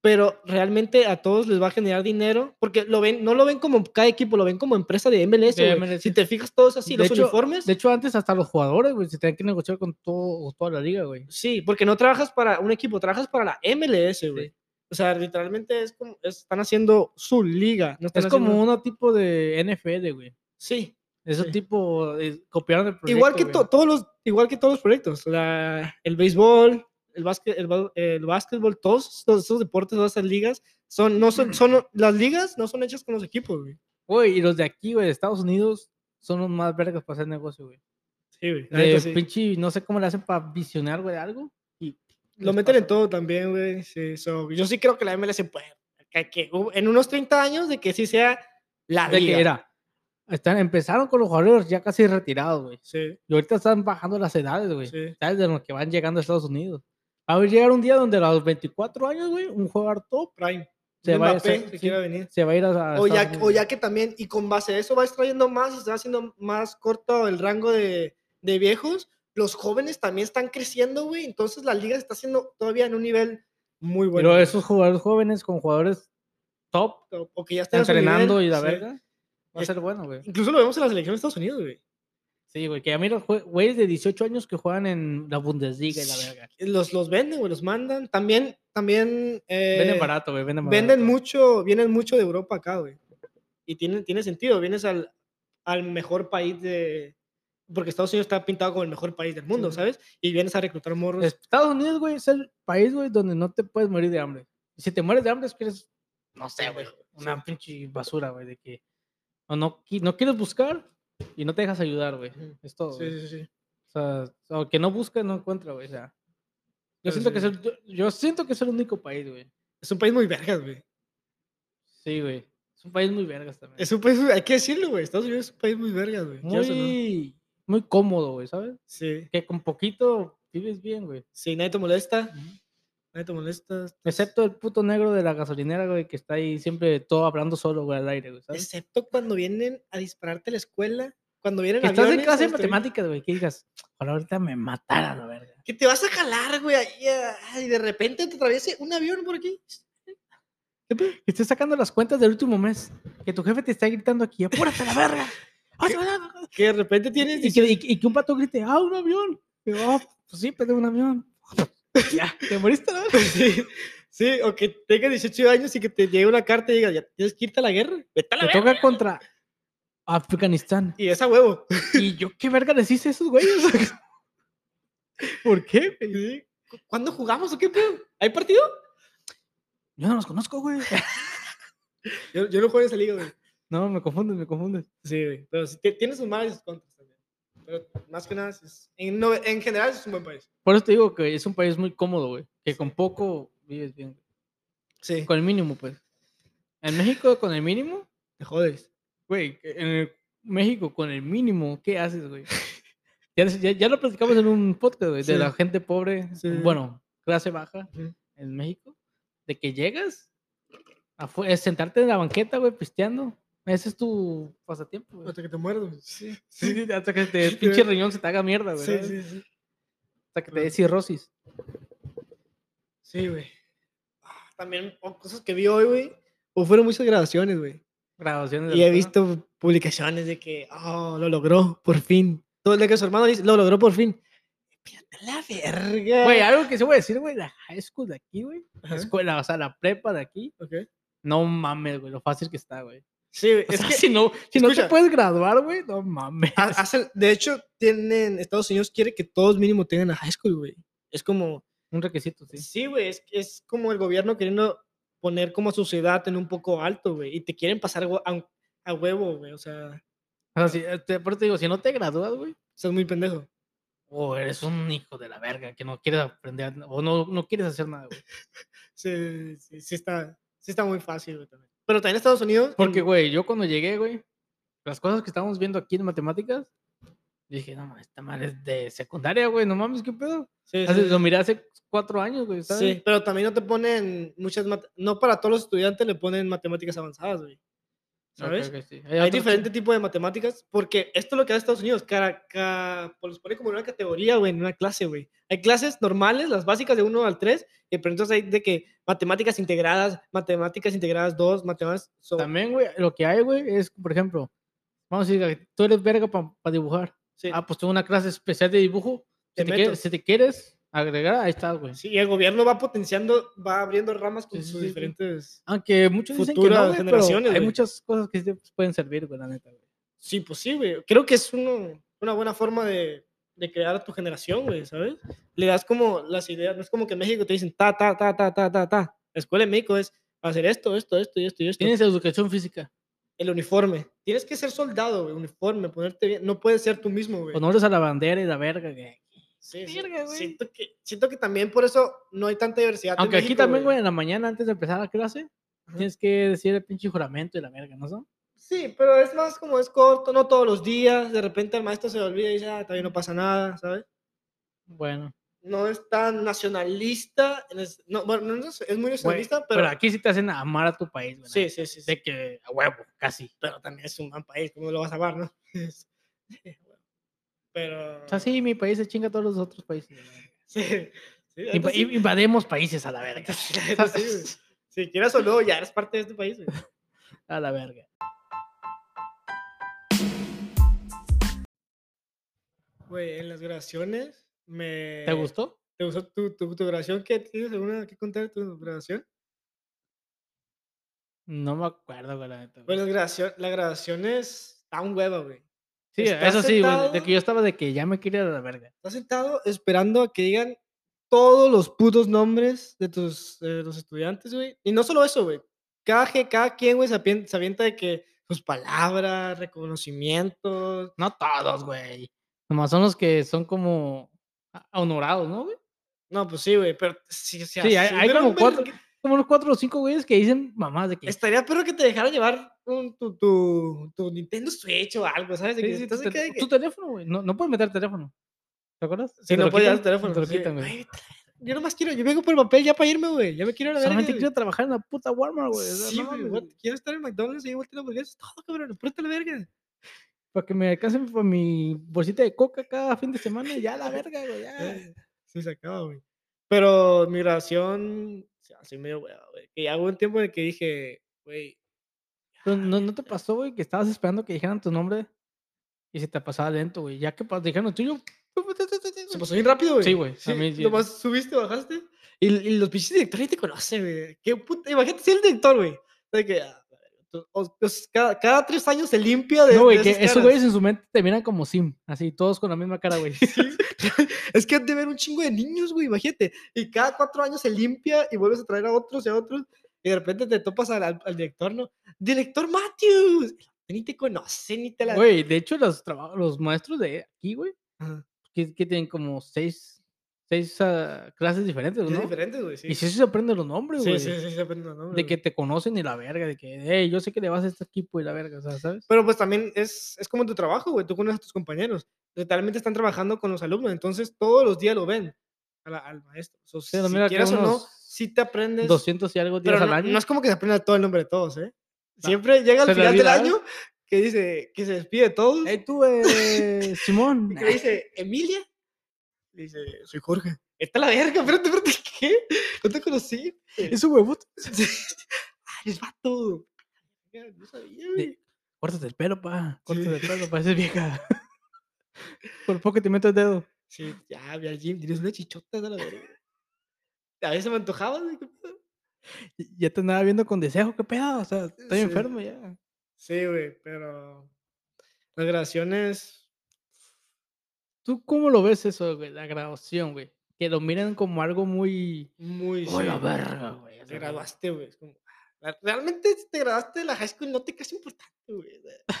A: pero realmente a todos les va a generar dinero, porque lo ven, no lo ven como cada equipo, lo ven como empresa de MLS.
B: De
A: güey.
B: MLS.
A: Si te fijas, todos así,
B: De
A: los
B: hecho-
A: uniformes.
B: De hecho, antes hasta los jugadores, güey, se tenían que negociar con todo, toda la liga, güey.
A: Sí, porque no trabajas para un equipo, trabajas para la MLS, güey.
B: Sí.
A: O sea, literalmente es como, es- están haciendo su liga. No están
B: Es como
A: haciendo-
B: un tipo de NFL, güey.
A: Sí,
B: Es un
A: Sí.
B: tipo, eh, copiaron el proyecto,
A: igual que,
B: güey.
A: to- todos los, igual que todos los proyectos. la- el béisbol, el, básquet, el, ba- el básquetbol, todos, todos esos deportes, todas esas ligas, son, no
B: Mm.
A: son, son, las ligas no son hechas con los equipos, güey.
B: Güey, y los de aquí, güey, de Estados Unidos, son los más vergas para hacer negocio, güey.
A: Sí, güey. la
B: De
A: neta, sí.
B: pinche, no sé cómo le hacen para visionar, güey, algo. Y
A: Lo
B: les
A: meten en
B: pasa.
A: todo también, güey. Sí, so, yo sí creo que la MLS puede. que- que en unos 30 años de que sí sea la
B: De
A: liga.
B: que era. Están, empezaron con los jugadores ya casi retirados, güey.
A: Sí,
B: Y ahorita están bajando las edades, güey.
A: sí.
B: ¿Sabes? De los que van llegando a Estados Unidos. A ver, llegar un día donde a los 24 años, güey, un jugador top
A: Prime.
B: se va, a,
A: Mbappé,
B: se-
A: que
B: sí, Ah,
A: quiera venir.
B: se va a ir a... a
A: O ya,
B: Estados
A: o
B: Unidos.
A: ya que también, y con base a eso va extrayendo más y se va haciendo más corto el rango de, de viejos, los jóvenes también están creciendo, güey, entonces la liga se está haciendo todavía en un nivel muy
B: Pero
A: bueno.
B: esos jugadores jóvenes con jugadores top,
A: O- o que ya están a su
B: entrenando
A: nivel,
B: y la
A: sí.
B: verga, va a
A: Es-
B: ser bueno, güey.
A: Incluso lo vemos en la selección de Estados Unidos, güey.
B: Sí, güey, que ya mira, jue- güeyes de 18 años que juegan en la Bundesliga y la verga.
A: Los, los venden, güey, los mandan. También, también... eh,
B: Venden barato, güey, venden barato.
A: Venden mucho, vienen mucho de Europa acá, güey. Y tiene, tiene sentido, vienes al, al mejor país de... Porque Estados Unidos está pintado como el mejor país del mundo,
B: Sí.
A: ¿sabes? Y vienes a reclutar morros.
B: Estados Unidos, güey, es el país, güey, donde no te puedes morir de hambre. Y si te mueres de hambre es que eres, no sé, güey,
A: Pendejo,
B: una pinche basura, güey, de que o no, qui- no quieres buscar y no te dejas ayudar, güey.
A: Ujú.
B: Es todo.
A: Sí,
B: güey.
A: sí, sí.
B: O sea, o que no busca, no encuentra, güey. O sea, yo
A: Pero
B: siento, que es
A: sí.
B: el, yo, yo siento que es el único país, güey.
A: Es un país muy vergas, güey.
B: Sí, güey. Es un país muy vergas también.
A: Es un país, hay que decirlo, güey. Estados Unidos es un país muy vergas, güey. quieras o no.
B: muy, muy cómodo, güey, ¿sabes?
A: Sí,
B: Que con poquito vives bien, güey.
A: sí, nadie te molesta, nadie te molesta. estás-
B: Excepto el puto negro de la gasolinera, güey, que está ahí siempre todo hablando solo, güey, al aire, güey, ¿sabes?
A: Excepto cuando vienen a dispararte a la escuela, cuando vienen
B: Que estás en
A: aviones,
B: este
A: este,
B: clase de
A: ¿sabes? Te vienen-
B: matemáticas, güey, que digas, ojalá ahorita me matara la verga.
A: Que te vas a jalar, güey, ahí, ah, y de repente te atraviese un avión por aquí.
B: Que estés sacando las cuentas del último mes, que tu jefe te está gritando aquí, apúrate a la verga. ¡Apúrate a la verga".
A: Que de repente tienes
B: Y que, y- y que un pato grite, ah, un avión. Y yo, "Ah, pues sí, pero un avión. ya, te moriste a la verga.
A: Sí, sí, o que tengas 18 años y que te llegue una carta y digas, ya tienes que irte a la guerra, vete a la
B: Te
A: guerra.
B: toca contra Afganistán.
A: Y esa huevo.
B: Y yo, ¿qué verga les hice a esos güeyes? ¿Por qué? güey?
A: Sí. ¿Cu- ¿Cuándo jugamos o qué pedo? ¿Hay partido?
B: Yo no los conozco, güey.
A: Yo, yo no juego en esa liga, güey.
B: No, me confundes, me confundes.
A: Sí, güey. Pero sí, tie- tiene sus malas y sus contras también. Pero más que nada, es- en, no- en general es un buen país.
B: Por eso te digo que es un país muy cómodo, güey. Que con poco vives bien.
A: Sí.
B: Con el mínimo, pues. En México, con el mínimo,
A: Te jodes.
B: güey. En el- México, con el mínimo, ¿qué haces, güey? Ya, les- ya, ya lo platicamos en un podcast, güey, de
A: Sí.
B: la gente pobre,
A: Sí.
B: bueno, clase baja
A: Ujú.
B: en México, de que llegas a sentarte en la banqueta, güey, pisteando. Ese es tu pasatiempo, güey.
A: Hasta que te muerdo. Sí,
B: Sí, sí, hasta que te
A: Sí,
B: pinche
A: güey.
B: riñón se te haga mierda, güey.
A: sí,
B: ¿sabes?
A: sí. Sí,
B: Hasta que te
A: claro.
B: dé cirrosis.
A: Sí, güey. Ah, También oh, cosas que vi hoy, güey. o fueron muchas grabaciones, güey.
B: Graduaciones. de
A: Y he
B: la escuela.
A: visto publicaciones de que, oh, lo logró, por fin. Todo lo que su hermano dice, lo logró por fin. Pírate la verga.
B: Güey, algo que se voy a decir, güey, la high school de aquí, güey. La
A: Ajá.
B: escuela, o sea, la prepa de aquí.
A: Ok.
B: No mames, güey, lo fácil que está, güey.
A: Sí, güey,
B: O
A: es
B: sea,
A: que
B: si no, si no te
A: escucha. Ah,
B: puedes graduar, güey, no mames.
A: ha- hacen- de hecho, tienen, Estados Unidos quiere que todos mínimo tengan a high school, güey. Es como,
B: Un requisito, sí.
A: Sí, güey, es, es como el gobierno queriendo poner como a su ciudad en un poco alto, güey, y te quieren pasar hue- a, un- a huevo, güey, o sea,
B: O sea, si, eh, te, por eso te digo, si no te gradúas, güey,
A: estás muy pendejo.
B: o eres un hijo de la verga que no quieres aprender, o no, no quieres hacer nada, güey.
A: Sí, sí, sí está, sí está muy fácil, güey, también. Pero también en Estados Unidos... mm,
B: Porque,
A: en-
B: güey, yo cuando llegué, güey, las cosas que estábamos viendo aquí en matemáticas, dije, no, mames, esta madre es de secundaria, güey, no mames, qué pedo.
A: Sí, sí,
B: Hace-
A: sí,
B: lo miré hace cuatro años, güey, ¿sabes?
A: sí, pero también no te ponen muchas... mat- No para todos los estudiantes le ponen matemáticas avanzadas, güey,
B: Ok,
A: ¿sabes?
B: ok, sí.
A: Hay
B: otros-
A: diferente tipo de matemáticas, porque esto es lo que hace Estados Unidos, cara, ca- pues los pone como en una categoría, güey, en una clase, güey. Hay clases normales, las básicas de 1 al 3, y pero entonces hay de que matemáticas integradas, matemáticas integradas 2, matemáticas... so-
B: También, güey, lo que hay, güey, es, por ejemplo, vamos a decir, tú eres verga para dibujar.
A: sí,
B: Ah, pues tengo una clase especial de dibujo. Si
A: Te
B: te, quie-
A: meto.
B: si te quieres agregar, ahí estás, güey.
A: sí, y el gobierno va potenciando, va abriendo ramas con
B: Sí, sí,
A: sus
B: sí, sí.
A: diferentes...
B: Aunque muchos dicen que no,
A: Futuras
B: güey, pero
A: generaciones,
B: hay
A: güey.
B: muchas cosas que sí te pues, pueden servir, güey, la neta, güey.
A: Sí, pues sí, güey. Creo que es uno- una buena forma de, de crear a tu generación, güey, ¿sabes? Le das como las ideas, no es como que en México te dicen ta, ta, ta, ta, ta, ta, ta. La escuela en México es hacer esto, esto, esto y esto y esto.
B: Tienes educación física,
A: El uniforme. Tienes que ser soldado, güey. Uniforme, ponerte bien. No puedes ser tú mismo, güey.
B: honores a la bandera y la verga, güey.
A: Sí, sí.
B: Verga, güey.
A: Siento, que, siento que también por eso no hay tanta diversidad. en
B: Aunque aquí
A: México,
B: también, güey, en la mañana antes de empezar la clase,
A: Ajá.
B: tienes que decir el pinche juramento y la verga, ¿no son?
A: Sí, pero es más como es corto, no todos los días. De repente el maestro se le olvida y dice, ah, todavía no pasa nada, ¿sabes?
B: Bueno,
A: no es tan nacionalista. en es- no, bueno, no es, es muy nacionalista,
B: pero,
A: Pues, pero,
B: aquí sí te hacen amar a tu país, güey.
A: sí, sí, sí, sí,
B: De que a huevo, casi.
A: Pero también es un gran país, ¿cómo lo vas a amar, no? eh, pero.
B: O sea, sí, mi país se chinga a todos los otros países.
A: Sí, sí, la
B: Inv-
A: neta sí,
B: inv- Invademos países a la
A: la
B: verga.
A: neta sí, la neta sí, güey. Si quieras o no, ya eres parte de este país, güey.
B: A la verga.
A: Güey, en las grabaciones me...
B: ¿Te gustó?
A: ¿Te gustó tu, tu, tu grabación? ¿Qué tienes alguna que contar de tu grabación?
B: No me acuerdo, güey, la neta. güey.
A: Pues las grabaciones, las grabaciones están hueva, güey.
B: sí,
A: ¿estás
B: eso sí, güey. de- De
A: sentado?
B: que yo estaba de que ya me quería a la verga.
A: Estás sentado esperando a que digan todos los putos nombres de tus de los estudiantes, güey. Y no solo eso, güey. Cada, je- cada quien, güey, se apien- se avienta de que sus palabras, reconocimientos.
B: No todos, güey. Nomás son los que son como ah, honorados, ¿no, güey?
A: No, pues sí, güey, pero sí, o sea,
B: Sí, hay-
A: sí,
B: hay
A: pero
B: como
A: ver-
B: cuatro- Como unos cuatro o cinco güeyes que dicen mamás de que.
A: Estaría pero que te dejara llevar un- tu, tu, tu Nintendo Switch o algo, ¿sabes? De
B: Sí,
A: que
B: sí, tu,
A: estás acá de
B: te-
A: que-
B: tu teléfono, güey. No, no puedes meter teléfono. ¿Te acuerdas?
A: Sí,
B: Que te
A: no
B: lo
A: puedes llevar
B: quitan,
A: el teléfono.
B: Te lo
A: sí.
B: quitan, güey.
A: Ay, Yo nomás quiero, yo vengo por el papel ya para irme, güey. Ya me quiero ir a la
B: Solamente
A: verga,
B: quiero trabajar en la puta Walmart, güey. o sea,
A: Sí,
B: no
A: güey,
B: mames,
A: what-
B: güey.
A: Quiero estar en McDonald's y ahí volteando hamburguesas. Todo, cabrón, apúrate a la verga.
B: Para que me alcancen para mi bolsita de coca cada fin de semana. Ya la verga, güey. Ya.
A: Eh, Sí, se acaba, güey. Pero mi grabación, se hace medio hueva, güey. Que ya hubo un tiempo en el que dije, güey,
B: Pero no, no te pasó, güey, que estabas esperando que dijeran tu nombre y se te pasaba lento, güey. Ya que pa- dijeron el tuyo.
A: se pasó bien rápido, güey.
B: Sí, güey, a mí sí.
A: Nomás subiste, bajaste. Y, y los pinches directores te conocen, güey. Qué puta, imagínate si el director, güey. De que, ah, tú- o- pues, cada, cada tres años se limpia de.
B: No, güey,
A: de
B: que
A: esas
B: esos
A: caras.
B: güeyes en su mente te miran como sim. Así, todos con la misma cara, güey.
A: Sí, es que han de ver un chingo de niños, güey, imagínate. Y cada cuatro años se limpia y vuelves a traer a otros y a otros. Y de repente te topas al, al- al director, ¿no? Director Matthews. Ni te conoce, ni te la...
B: Güey, de hecho, los, traba- los maestros de aquí, güey,
A: Ajá.
B: que, que tienen como seis, seis ah, clases diferentes,
A: Es
B: ¿no?
A: diferente, güey. Sí.
B: Y si se aprenden los nombres,
A: sí,
B: güey.
A: sí, sí, se aprende los nombres,
B: De que
A: güey.
B: te conocen y la verga, de que, hey, yo sé que le vas a este equipo y la verga, o sea, ¿sabes?
A: Pero pues también es, es como en tu trabajo, güey. Tú conoces a tus compañeros. Literalmente están trabajando con los alumnos, entonces todos los días lo ven a la- al maestro. O sea,
B: pero
A: si
B: mira que
A: quieras o no,
B: unos
A: si te aprendes...
B: 200 y algo días
A: Pero
B: al
A: no,
B: año.
A: no es como que se aprenda todo el nombre de todos, ¿eh?
B: No.
A: Siempre llega al
B: Se le
A: final del
B: olvida.
A: año que dice que se despide de todos.
B: Ey, tú, eh, Simón.
A: Y que le dice, ¿Emilia? Le dice, soy Jorge. Está la verga, espérate, espérate, ¿qué? No te conocí.
B: Es un huevón.
A: Ay, es vato. Ya, No sabía, güey.
B: Córtate el pelo, pa.
A: Sí.
B: Córtate el pelo, pareces vieja. Por poco te meto el dedo.
A: Sí, ya, ve al gym, tienes una chichota, está la verga. A veces me antojaba, güey. qué pedo.
B: Y- Ya te andaba viendo con deseo, qué pedo. O sea, estoy
A: Sí.
B: enfermo ya.
A: Sí, güey, pero. Las grabaciones.
B: ¿Tú cómo lo ves eso, güey? La graduación, güey. Que lo miran como algo muy.
A: Muy
B: Oh, la
A: sí,
B: verga,
A: como,
B: güey,
A: Te
B: la
A: graduaste, güey. es como, ah, la- Realmente si te graduaste de la high school, no te crees importante, güey. o sea,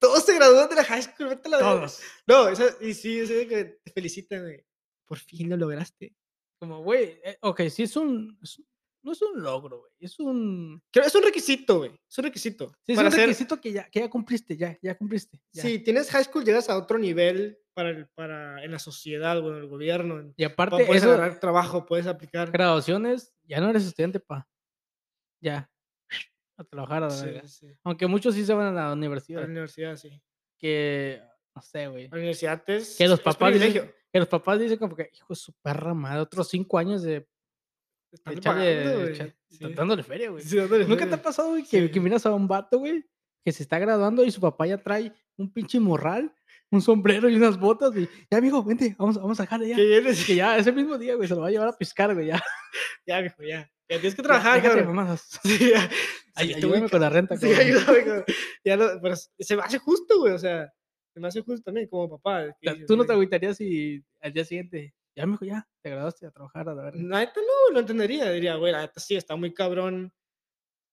A: Todos se gradúan de la high school, vete a la verga.
B: Todos.
A: No, eso- y sí, eso de que te felicitan, güey. Por fin lo lograste.
B: Como, güey. eh, ok, sí, es un. es un- no es un logro, güey. Es un.
A: Creo- es un requisito, güey. Es un requisito.
B: Sí, es
A: para
B: un
A: ser-
B: requisito que, ya, que ya cumpliste, ya, ya cumpliste. ya.
A: Si tienes high school, llegas a otro nivel para, el- para en la sociedad, bueno, el gobierno. en-
B: Y
A: pa-
B: aparte,
A: puedes
B: eso,
A: agarrar trabajo, puedes aplicar.
B: graduaciones, ya no eres estudiante, pa. Ya. A trabajar a la
A: Sí,
B: verga.
A: sí, sí.
B: Aunque muchos sí se van a la
A: A la
B: universidad.
A: universidad, sí.
B: Que, no sé, güey.
A: A La universidad es.
B: Que los
A: es
B: papás dicen,
A: privilegio,
B: que los papás dicen como que, hijo de su perra madre, otros cinco años de
A: te están pagando,
B: echarle,
A: güey,
B: echa-
A: sí.
B: dándole feria, güey.
A: Sí, dándole
B: ¿Nunca te
A: feria.
B: ha pasado, güey, que, que
A: Sí.
B: miras a un vato, güey, que se está graduando y su papá ya trae un pinche morral, un sombrero y unas botas, y ya, amigo, vente, vamos, vamos a dejarle ya.
A: Que vienes-
B: Que ya, ese mismo día, güey, se lo va a llevar a piscar, güey, ya.
A: Ya, viejo, ya. Ya tienes que
B: Ya,
A: trabajar,
B: déjate de
A: cabrón.
B: mamadas.
A: Sí, ya.
B: Ay,
A: Saliste muy
B: ayúdame con la renta,
A: Sí,
B: cabrón.
A: ayúdame, cabrón. Ya lo- pero s- se me hace justo, güey. O sea, se me hace justo también como papá. de que
B: O sea,
A: dices,
B: Tú no te
A: güey,
B: agüitarías si al día siguiente, ya, mijo, ya, te graduaste a trabajar a la verga.
A: La neta no, lo entendería. Diría, güey, la neta sí, está muy cabrón.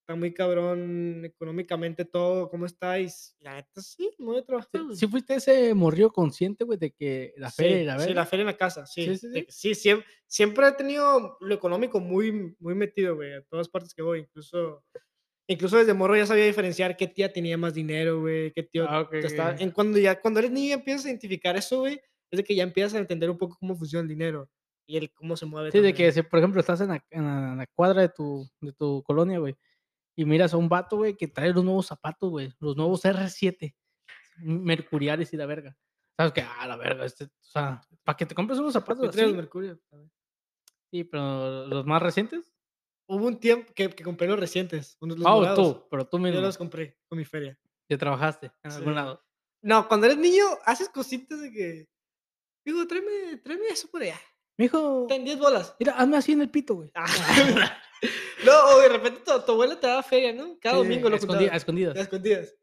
A: Está muy cabrón económicamente todo, ¿cómo estáis? La neta sí, me voy a trabajar.
B: Sí,
A: güey.
B: sí fuiste ese morrió consciente, güey, de que la
A: Ah. Sí,
B: feria y la
A: Sí,
B: verga.
A: la feria en la casa, sí.
B: Sí, sí,
A: de
B: sí.
A: que sí, siem- siempre, he tenido lo económico muy, muy metido, güey, a todas partes que voy. Incluso, incluso desde morro ya sabía diferenciar qué tía tenía más dinero, güey, qué tío
B: Ah, ok,
A: te estaba-
B: ok.
A: en cuando ya cuando eres niño y empiezas a identificar eso, güey, es de que ya empiezas a entender un poco cómo funciona el dinero. y el cómo se mueve.
B: Sí, de que,
A: también.
B: si, por ejemplo, estás en la, en la- en la cuadra de tu, de tu colonia, güey, y miras a un vato, güey, que trae los nuevos zapatos, güey, los nuevos R7, mercuriales y la verga. Sabes que, ah, la verga, este, o sea, para que te compres unos
A: Yo
B: zapatos
A: traía los
B: así,
A: Mercurio.
B: sí, pero los más recientes,
A: Hubo un tiempo que, que compré los recientes. Unos, los
B: Ah, o
A: morados.
B: tú, pero tú
A: Yo
B: mismo,
A: los compré con mi feria.
B: que trabajaste en
A: Sí.
B: algún lado.
A: No, cuando eres niño haces cositas de que. Digo, tráeme, tráeme eso por allá.
B: Mijo,
A: Ten 10 bolas.
B: mira, hazme así en el pito, güey.
A: no, o de repente tu, tu abuela te daba feria, ¿no? Cada
B: Sí,
A: domingo lo
B: a Eh, escondi- a
A: escondías.
B: escondidas.
A: escondidas.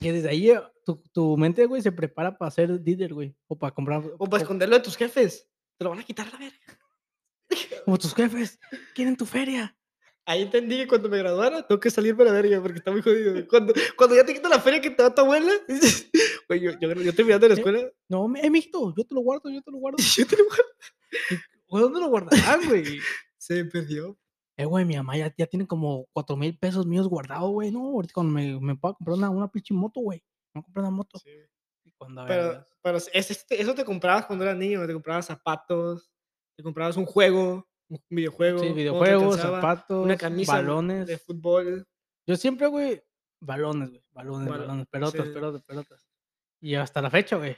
B: Que desde ahí eh, tu, tu mente, güey, se prepara para ser líder, güey. O para comprar.
A: O para esconderlo de tus jefes. Te lo van a quitar a la verga.
B: Como tus jefes. Quieren tu feria.
A: Ahí entendí que cuando me graduara tengo que salir para la verga porque está muy jodido. güey. Cuando, cuando ya te quita la feria que te da tu abuela, dices, güey, yo, yo, yo terminando la escuela,
B: No, me- eh, mijito, yo te lo guardo, yo te lo guardo.
A: yo te lo voy a-
B: Güey, ¿Dónde lo guardarán, güey?
A: Se perdió.
B: Eh, güey, mi mamá ya, ya tiene como cuatro mil pesos míos guardados, güey. No, ahorita cuando me, me pueda comprar una, una pinche moto, güey. Me voy a comprar una moto. Y Cuando, a ver,
A: Pero, pero es- es- eso te comprabas cuando eras niño, te comprabas zapatos, te comprabas un juego, un videojuego.
B: sí,
A: cuando te
B: videojuegos,
A: alcanzaba,
B: zapatos,
A: una camisa
B: balones.
A: de fútbol.
B: Yo siempre, güey, balones, güey, balones,
A: Balo-
B: balones, pelotas,
A: sí.
B: pelotas, pelotas. Y hasta la fecha, güey,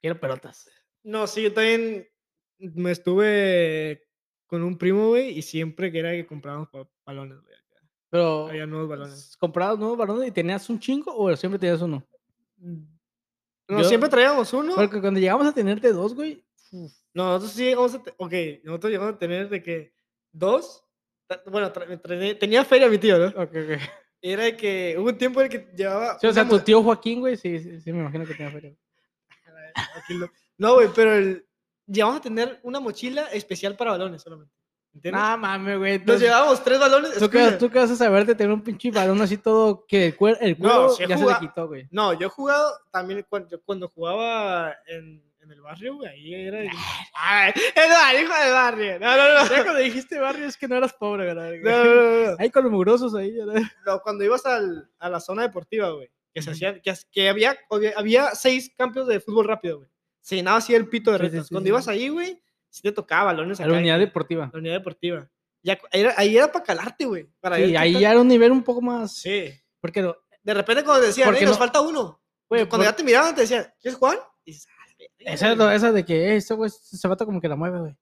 B: quiero pelotas.
A: No, sí, yo también me estuve con un primo, güey, y siempre que era que comprábamos pa- balones, güey. acá.
B: Pero,
A: Había nuevos balones.
B: ¿comprabas nuevos balones y tenías un chingo o siempre tenías uno?
A: No,
B: pues, Yo-
A: siempre traíamos uno.
B: Porque cuando llegamos a tener de dos, güey, uf,
A: No, nosotros sí llegamos a... te- Ok, nosotros llegamos a tener de que dos... ta- Bueno, tra- me trané- tenía feria mi tío, ¿no?
B: ok, ok.
A: Era de que hubo un tiempo en el que llevaba...
B: Sí, o
A: una
B: sea, pues tu
A: moneda-
B: tío Joaquín, güey, sí, sí, sí, me imagino que tenía feria.
A: Aquí lo- No, güey, pero el... llegamos a tener una mochila especial para balones solamente. ¿Entiendes?
B: No mames, güey.
A: Nos
B: entonces,
A: llevábamos tres balones.
B: pues, ¿tú, qué,
A: escucha.
B: ¿Tú qué vas a saber de tener un pinche balón así todo que el cuero, el
A: No,
B: cuero
A: sí he
B: ya
A: jugado-
B: se le quitó, güey?
A: No, yo he jugado también cuando, yo cuando jugaba en, en el barrio, güey. Ahí era. de que-
B: Ah.
A: ¡Ay! era el hijo del barrio! No, no, no.
B: Ya cuando dijiste barrio es que no eras pobre, ¿verdad?
A: No, no, no, no.
B: Ahí con los mugrosos ahí, ¿verdad?
A: No, cuando ibas al- a la zona deportiva, güey, que se
B: Ujú.
A: hacían, que, ha- que había, obvia- había seis campos de fútbol rápido, güey. Se llenaba así el pito de
B: Sí, sí,
A: retas.
B: sí,
A: cuando
B: sí,
A: ibas
B: sí.
A: ahí, güey, sí te tocaba balones
B: A
A: acá.
B: la
A: de
B: unidad
A: que-
B: deportiva.
A: la unidad deportiva. Ya cu- era- ahí era para calarte, güey. Para ver
B: Sí,
A: qué
B: ahí
A: tal-
B: ya era un nivel un poco más.
A: Sí.
B: Porque, lo-
A: De repente cuando decían,
B: Porque
A: "Ey, nos
B: no-
A: falta uno.
B: güey,
A: Cuando ya
B: por-
A: te miraban, te decían, ¿quieres Juan? Y dices, "Ah, la verga,
B: esa, es
A: güey".
B: lo- esa de que eh, ese güey se mata como que la mueve, güey.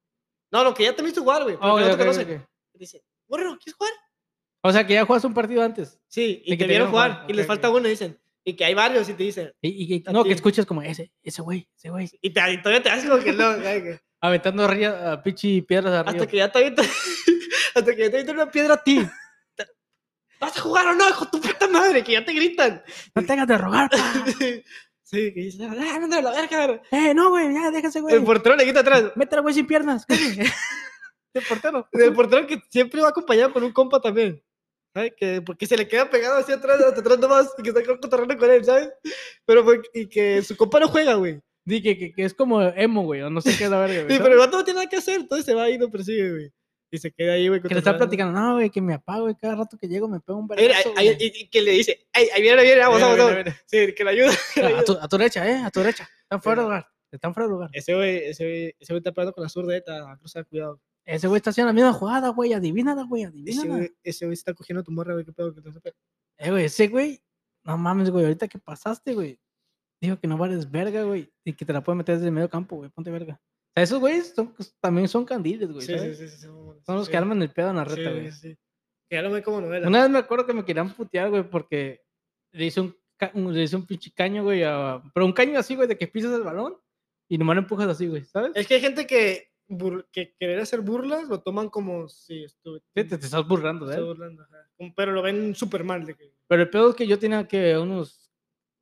A: No, no, que ya te viste jugar, güey.
B: Ah,
A: Porque no
B: ok,
A: te
B: ok,
A: conocen.
B: ok.
A: Dice, "Morro, ¿quieres jugar?
B: O sea, que ya jugaste un partido antes.
A: Sí, y te,
B: De que te
A: vieron
B: vieron
A: jugar.
B: jugar,
A: Y
B: ok,
A: les falta
B: ok.
A: uno, dicen. Y que hay varios y te dicen.
B: Y, y-
A: A
B: no,
A: ti.
B: que escuchas como ese, ese güey, ese güey.
A: Y, te, y todavía te haces como que no. ¿sabes qué?
B: Aventando ría, a pichi piedras arriba.
A: hasta que ya te avientan, hasta que ya te avientan una piedra a ti. Te- ¿Vas a jugar o no, hijo de tu puta madre? Que ya te gritan.
B: No tengas de rogar, pa.
A: sí, que dices, ah, no, no, la verga.
B: Eh, no, güey, ya, déjese, güey.
A: El portero le quita atrás.
B: Mete al güey sin piernas. cállate. el portero.
A: El portero que siempre va acompañado con un compa también. ¿Sabes? Que, porque se le queda pegado hacia atrás, hasta atrás nomás, y que está cotorreando con él, ¿sabes? Pero, fue- y que su compa no juega, güey.
B: Di que, que, que es como emo, güey, o no sé qué es la verga, güey.
A: Sí,
B: ¿no?
A: pero el vato no tiene nada que hacer, entonces se va y lo persigue, güey. Y se queda ahí, güey.
B: Que le está
A: cotorreando.
B: platicando, no, güey, que me apago y cada rato que llego me pego un
A: Ahí viene,
B: vergazo,
A: ahí-
B: güey.
A: y, y que le dice, "Ey, ahí viene, ahí viene, vamos,
B: Mira,
A: vamos,
B: mira,
A: vamos.
B: mira.
A: Sí, que le ayuda. que le
B: A
A: ayuda.
B: tu, a tu derecha, eh, a tu derecha. Están fuera de lugar. Están fuera de lugar.
A: Ese güey, ese güey, ese güey está pegando con la zurda, eh, está a cruzar, cuidado.
B: Ese güey está haciendo la misma jugada, güey. Adivínala, güey.
A: Ese
B: Adivínala.
A: güey, ese güey está cogiendo a tu morra, güey, qué pedo, que te hace-
B: Eh, güey, ese güey. No mames, güey. Ahorita que pasaste, güey. Dijo que no vales verga, güey. Y que te la puede meter desde el medio campo, güey. Ponte verga. O sea, esos güeyes son- pues, también son candiles, güey.
A: Sí,
B: ¿sabes?
A: sí, sí, sí, sí, mamón,
B: Son los
A: sí,
B: que arman el pedo en la
A: sí,
B: reta,
A: sí,
B: güey.
A: sí. Que ya lo ven como novela.
B: Una vez me acuerdo que me querían putear, güey, porque le hice un, ca- un- le hice un pinche caño, güey. a- pero un caño así, güey, de que pisas el balón y nomás lo empujas así, güey, ¿sabes?
A: Es que hay gente que, bur- que querer hacer burlas lo toman como si estuve.
B: Sí, te, te estás burlando,
A: estoy
B: ¿eh?
A: burlando, ajá. Como- Pero lo ven súper mal. De que,
B: Pero el pedo es que yo tenía que unos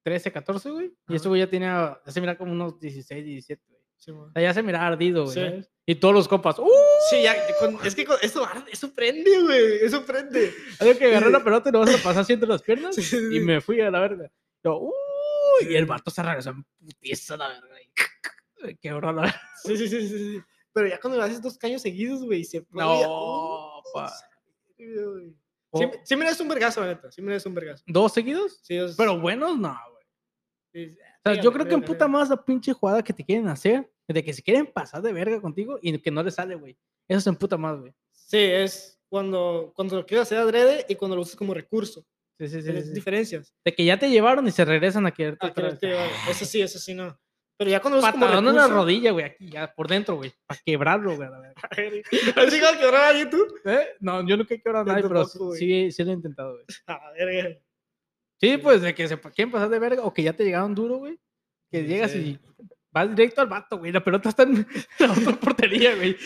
B: 13, 14, güey. Y
A: Ajá.
B: ese güey ya tenía, ya se miraba como unos 16, 17, güey.
A: sí, mamón.
B: O sea, ya se miraba ardido, güey. ¿eh?
A: Sí.
B: ¿sabes? Y todos los compas, ¡uh!
A: Sí, ya, con- es que con- eso, arde, eso prende, güey. Eso prende.
B: Algo que agarré
A: Sí.
B: la pelota y lo vas a pasar así entre las piernas.
A: Sí, sí,
B: Y
A: sí.
B: me fui a la verga. Yo, ¡uh! Y el
A: Sí.
B: vato se regresó en putiza, la verga. y Quebró la verga.
A: Sí, sí, sí, sí, sí. Pero ya cuando le haces dos caños seguidos, güey, se pone ya, uh,
B: No, pa.
A: güey. Sí, me- sí me das un vergazo, la neta. Sí me das un vergazo.
B: ¿Dos seguidos?
A: Sí, es-
B: Pero buenos, no, güey.
A: sí, es-
B: O sea, yo
A: pégale,
B: creo que
A: pégale,
B: emputa
A: pégale.
B: más la pinche jugada que te quieren hacer de que se quieren pasar de verga contigo y que no les sale, güey. Eso se emputa más, güey.
A: Sí, es cuando, cuando lo quieres hacer adrede y cuando lo usas como recurso.
B: Sí, sí, sí,
A: Tienes
B: sí, sí.
A: diferencias.
B: De que ya te llevaron y se regresan a quererte
A: Ah,
B: otra
A: que
B: vez.
A: te lleva- eso sí, eso sí, no. Pero ya cuando lo usas como
B: Patadón en la
A: recurso.
B: rodilla, güey, aquí, ya por dentro, güey. Para quebrarlo, güey. a la verga.
A: ¿Has llegado a quebrar a YouTube?
B: ¿Eh? No, yo nunca he quebrado a
A: Yo
B: nadie, pero sí,
A: tampoco, güey.
B: sí, sí lo he intentado, güey.
A: A ver,
B: Sí, pues de que se pa- quieren pasar de verga o que ya te llegaron duro, güey. Que
A: Sí,
B: llegas
A: sí.
B: y vas directo al vato, güey. La pelota está en la otra portería, güey.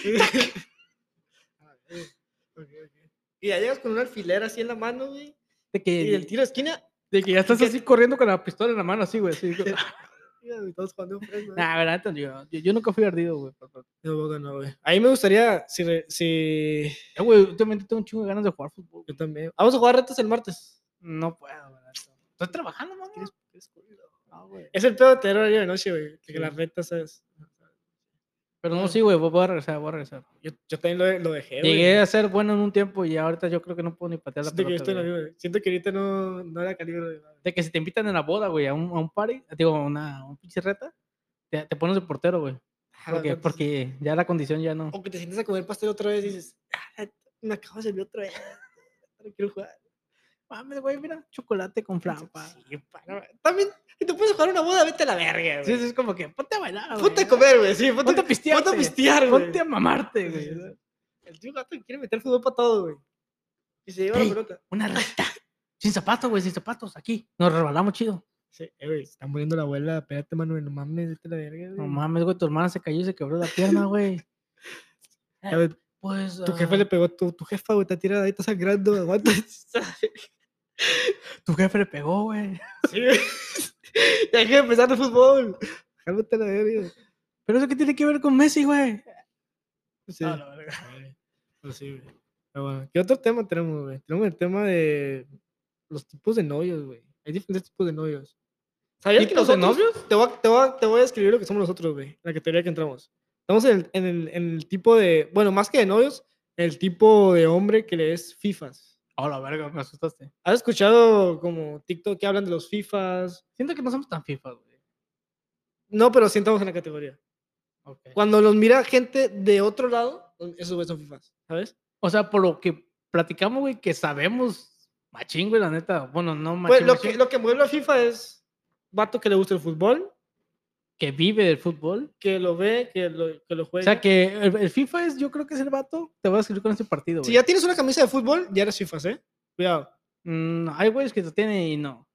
A: Y ya llegas con un alfiler así en la mano, güey.
B: De
A: Y el
B: que,
A: tiro de esquina.
B: de que ya estás
A: que-
B: así corriendo con la pistola en la mano, así, güey. Así, güey.
A: y Todos jugando un fresno, ¿eh?
B: nah, la neta, yo, yo, yo nunca fui ardido, güey. por- por-
A: No, no, no, güey. A mí me gustaría, si, re- si
B: Eh, güey, últimamente tengo un chingo de ganas de jugar fútbol.
A: yo
B: güey.
A: también. Ah, Vamos a jugar retos el martes.
B: No puedo, la neta. Estoy trabajando, mamá.
A: ¿Quieres-
B: No, güey.
A: Es el pedo de tener horario de noche, güey. Que
B: Sí.
A: las retas, ¿sabes?
B: Pero no, sí, güey, voy voy a regresar, voy a regresar.
A: Yo, yo también lo, de- lo dejé, Eh, güey.
B: Llegué a ser bueno en un tiempo y ahorita yo creo que no puedo ni patear la
A: Siento que, yo
B: pelota.
A: estoy en la
B: güey.
A: misma, güey. Siento que ahorita no, no era calibre. güey.
B: De que si te invitan en la boda, güey, a un, a un party, digo, a una, un pinche reta, te, te pones de portero, güey.
A: Ah, la
B: Porque,
A: neta, sí.
B: porque ya la condición ya no.
A: O que te sientes a comer pastel otra vez y dices, "Ah, me acabo de servir otra vez. No quiero jugar.
B: Mames, güey, mira, chocolate con flampa.
A: Sí, para- También, si te puedes jugar una boda, vete a la verga, güey.
B: Sí, sí, es como que ponte a bailar, güey.
A: Ponte a comer, güey. Sí, ponte,
B: Ponte a pistear.
A: ponte a pistear, güey.
B: Ponte a mamarte,
A: Sí, sí,
B: güey.
A: sí. El tío gato quiere meter fútbol para todo, güey. Y se lleva
B: Ey.
A: la pelota.
B: Una reta. Sin zapatos, güey, sin zapatos, aquí. Nos rebalamos chido.
A: Sí, eh, güey, se está muriendo la abuela. Espérate, Manuel, no mames, vete a la verga,
B: No
A: güey.
B: mames, güey, tu hermana se cayó y se quebró la pierna, güey.
A: Ya, güey,
B: Pues.
A: Tu
B: ah,
A: jefe le pegó, tu, tu jefa, güey, está tirada ahí, está sangrando, aguanta.
B: tu jefe le pegó, güey.
A: Sí, güey. Ya hay que empezar el fútbol. Cálmate la verga.
B: Pero eso qué tiene que ver con Messi, güey.
A: Sí.
B: Ah, la verga.
A: Ay, Pues sí, güey. Pero bueno, ¿qué otro tema tenemos, güey? Tenemos el tema de los tipos de novios, güey. Hay diferentes tipos de novios. ¿Sabías que
B: ¿Tipos de
A: nosotros, Te voy, a, te, voy a- te voy a describir lo que somos nosotros, güey. La categoría que entramos. Estamos en el, en el- en el tipo de... Bueno, más que de novios, el tipo de hombre que le es FIFAs.
B: Oh, la verga, me asustaste.
A: ¿Has escuchado como TikTok que hablan de los FIFAs?
B: Siento que no somos tan FIFA, güey.
A: No, pero sí entramos en la categoría.
B: Okay.
A: Cuando los mira gente de otro lado, esos güeyes son FIFAs, ¿sabes?
B: O sea, por lo que platicamos, güey, que sabemos machín, güey, la neta. Bueno, no machín,
A: Pues lo
B: machín,
A: que, lo que mueve a FIFA es vato que le gusta el fútbol,
B: que vive del fútbol.
A: que lo ve, que lo, que lo
B: O
A: juega.
B: sea, que el, el FIFA es, yo creo que es el vato. Te voy a escribir con ese partido,
A: si
B: güey.
A: ya tienes una camisa de fútbol, ya eres FIFA, ¿eh? Cuidado.
B: Mm, hay güeyes que lo tienen y no.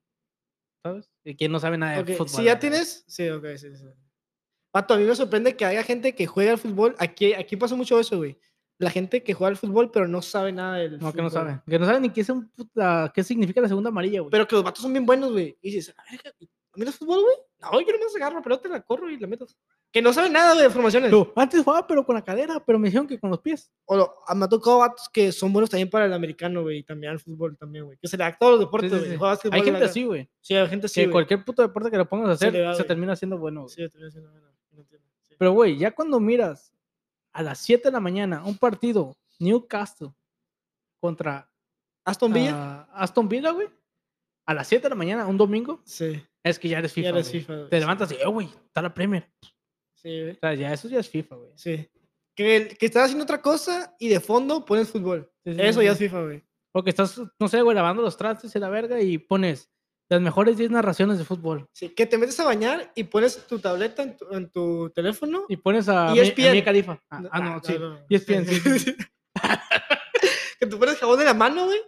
B: ¿Sabes? Y que no sabe nada
A: Ok,
B: de Eh, fútbol.
A: Si
B: la
A: ya
B: neta.
A: tienes. Sí, ok, sí, sí. Vato, a mí me sorprende que haya gente que juega al fútbol. Aquí, aquí pasa mucho eso, güey. La gente que juega al fútbol, pero no sabe nada del
B: No, que no
A: fútbol.
B: sabe. Que no sabe ni qué, es un puta- qué significa la segunda amarilla, güey.
A: Pero que los vatos son bien buenos, güey. Y dices, a ver, ¿a mí el fútbol, güey? No, yo nomás agarro la pelota, la corro y la meto. Que no saben nada, güey, de formaciones.
B: Yo, antes jugaba, pero con la cadera, pero me dijeron que con los pies.
A: O lo- a- me ha tocado vatos que son buenos también para el americano, güey, y también al fútbol también, güey. Que se le da a todos los deportes,
B: sí,
A: güey.
B: sí.
A: juega básquetbol,
B: Hay
A: la
B: gente
A: verga.
B: así, güey.
A: Sí, hay gente así,
B: que
A: güey.
B: cualquier puto deporte que lo pongas a
A: Se
B: hacer
A: le da,
B: se
A: güey.
B: termina siendo bueno. güey.
A: Sí, yo también soy una verga, no entiendo, sí.
B: Pero, güey, ya cuando miras a las 7 de la mañana un partido Newcastle contra
A: Aston Villa.
B: ah, Aston Villa, güey, a las 7 de la mañana, un domingo,
A: sí.
B: es que ya eres FIFA.
A: ya eres
B: güey.
A: FIFA, güey,
B: Te
A: sí.
B: levantas y, eh, güey, está la Premier.
A: Sí, güey.
B: O sea, ya eso ya es FIFA, güey.
A: Sí. Que, el- que estás haciendo otra cosa y de fondo pones fútbol.
B: Sí, sí,
A: Eso
B: sí,
A: ya es
B: sí.
A: FIFA, güey.
B: Porque estás, no sé, güey, lavando los trastes y la verga y pones las mejores 10 narraciones de fútbol.
A: Sí, que te metes a bañar y pones tu tableta en tu, en tu teléfono.
B: Y pones
A: Y
B: a
A: E
B: Mia- a
A: ESPN.
B: Mia Khalifa. Ah, ah, no, sí. Y es bien, sí, sí,
A: que tú pones jabón en la mano, güey,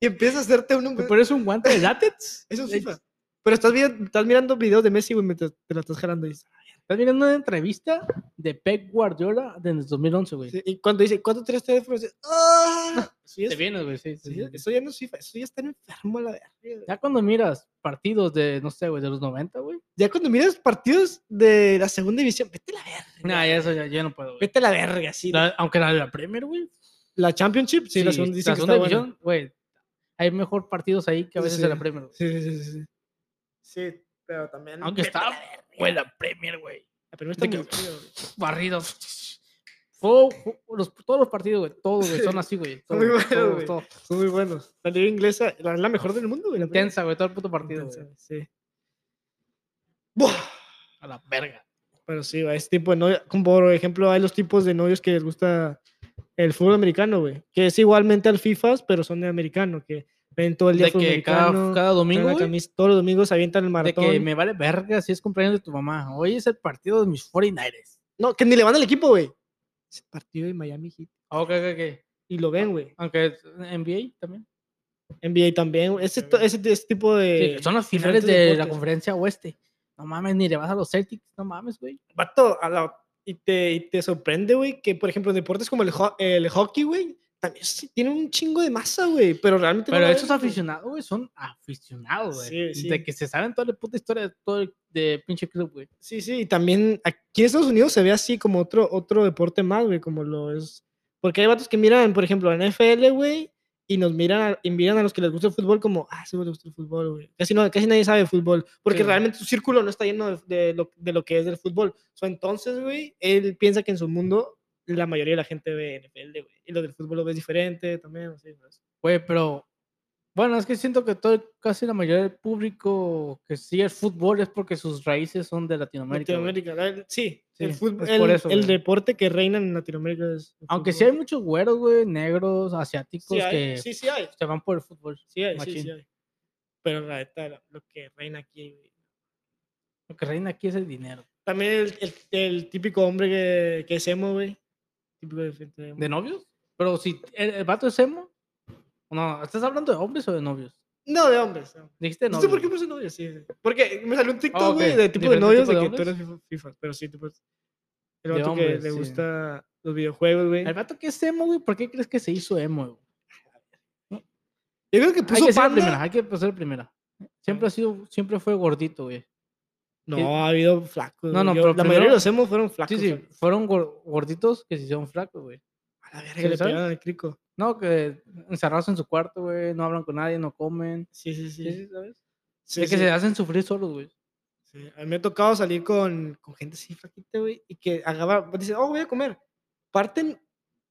A: y empiezas a hacerte un...
B: Te pones un guante de látex.
A: Eso es
B: Le-
A: FIFA. Pero estás, vi- estás mirando videos de Messi, güey, mientras te la estás jalando. Y,
B: Estás mirando una entrevista de Pep Guardiola desde el 2011, güey.
A: sí, y cuando dice, ¿cuánto tiraste de fuerza? ¡Ah! Eso ya,
B: Te
A: es-
B: vienes, güey, sí,
A: eso
B: sí, sí,
A: ya-
B: sí.
A: eso ya no es FIFA, eso ya está enfermo a la verga. güey.
B: Ya cuando miras partidos de, no sé, güey, de los 90, güey.
A: Ya cuando miras partidos de la segunda división, vete a la verga.
B: Nah, ya eso ya, ya no puedo, güey.
A: Vete a la verga, sí.
B: La- aunque la de la Premier, güey.
A: La Championship, sí, la segunda, dicen que está buena.
B: división, güey. Hay mejor partidos ahí que a
A: Sí,
B: veces en la
A: sí.
B: Premier, güey.
A: Sí, sí, sí, sí, sí. Sí, pero también.
B: Aunque
A: vete a
B: está,
A: La, verga.
B: güey, la Premier, güey.
A: La primera Ah, está
B: de
A: muy
B: que-
A: fea, güey.
B: Barridos. Todo- los- todos los partidos, güey. Todos, güey. Son así, güey.
A: Son muy
B: todos,
A: buenos,
B: todos,
A: güey.
B: todos.
A: Son muy buenos. La liga inglesa la- es la mejor del mundo, güey. la primera.
B: Intensa, güey. Todo el puto partido,
A: Intensa,
B: güey.
A: sí. Buah.
B: A la verga.
A: Pero sí, güey, ese tipo de novio, como por ejemplo, hay los tipos de novios que les gusta el fútbol americano, güey, que es igualmente al FIFA, pero son de americano, que ven todo el día
B: De
A: fútbol
B: que cada,
A: americano,
B: cada
A: traen
B: domingo,
A: la
B: güey,
A: camisa- todos los domingos se avientan el
B: de
A: maratón.
B: que me vale verga si es cumpleaños de tu mamá. Hoy es el partido de mis 49ers.
A: No, que ni le van al equipo, güey. Es el partido de Miami Heat.
B: Ah, Ok, ok, ok.
A: Y lo ven, güey.
B: Aunque es NBA también.
A: NBA también, güey. Ese, to- ese, ese tipo
B: Sí,
A: de...
B: que son las
A: Eh, diferentes
B: finales de la
A: deportes.
B: conferencia oeste. No mames, ni le vas a los Celtics. No mames, güey.
A: Vato, a la- y, te, y te sorprende, güey, que por ejemplo en deportes como el, ho- el hockey, güey, también sí tiene un chingo de masa, güey, pero realmente... no
B: Pero
A: la
B: esos
A: ven, güey.
B: aficionados, güey, son aficionados, güey.
A: Sí, sí.
B: De que se saben toda la puta historia de todo el de pinche club, güey.
A: Sí, sí, y también aquí en Estados Unidos se ve así como otro, otro deporte más, güey, como lo es... Porque hay vatos que miran, por ejemplo, la NFL, güey, y nos miran a, y miran a los que les gusta el fútbol como, ah, sí, güey, les gusta el fútbol, güey. Casi, no, casi nadie sabe de fútbol, porque
B: Sí.
A: realmente su círculo no está lleno de, de lo, de lo que es el fútbol. So, entonces, güey, él piensa que en su mundo la mayoría de la gente ve NFL, güey. Y lo del fútbol lo ves diferente también, así, ¿no?
B: Güey, pero. Bueno, es que siento que todo, casi la mayoría del público que sigue el fútbol es porque sus raíces son de Latinoamérica. güey.
A: Latinoamérica, la- sí, el,
B: Sí,
A: fútbol,
B: es por
A: el-
B: eso,
A: el
B: güey.
A: deporte que reina en Latinoamérica es... el
B: Aunque sí hay
A: fútbol.
B: muchos güeros, güey, negros, asiáticos
A: Sí, hay,
B: que
A: sí, sí hay.
B: se van por el fútbol.
A: Sí hay, sí, sí
B: Machín.
A: hay. Pero la neta, lo- lo que reina aquí. güey.
B: Lo que reina aquí es el dinero.
A: También el, el- el típico hombre que, que es emo, güey. Típico de frente de emo.
B: ¿De novios? Pero si el, el vato es emo. No, ¿estás hablando de hombres o de novios?
A: No, de hombres. de hombres.
B: Dijiste de
A: No sé
B: novios.
A: por qué puse novios, sí. sí. Porque me salió un
B: Ah,
A: TikTok,
B: ok.
A: güey, de tipo de
B: ¿Diferente
A: novios, de,
B: tipo de
A: que tú eres FIFA, FIFA, pero sí, tipo. El
B: De
A: vato que
B: hombres,
A: le
B: sí.
A: gusta los videojuegos, güey.
B: El vato que es emo, güey, ¿por qué crees que se hizo emo, güey?
A: Yo creo que
B: Hay
A: puso
B: que ser la
A: panda.
B: primera, hay que pasar la primera. Siempre ha sido, siempre fue gordito, güey.
A: No, ha habido flacos.
B: No,
A: güey.
B: no,
A: Yo-
B: pero
A: La mayoría de
B: primero-
A: los emos fueron flacos.
B: Sí, sí,
A: güey.
B: fueron gor- gorditos que se hicieron flacos, güey.
A: A la verga,
B: ¿Sí
A: le
B: lo sabes?
A: pegaron al crico.
B: No, que encerrados en su cuarto, güey, no hablan con nadie, no comen.
A: Sí, sí, sí.
B: Sí, sí, ¿sabes?
A: Sí,
B: es que
A: sí.
B: se hacen sufrir solos, güey.
A: Sí, a mí me ha tocado salir con, con gente así flaquita, güey, y que agarra, dice, oh, voy a comer. Parten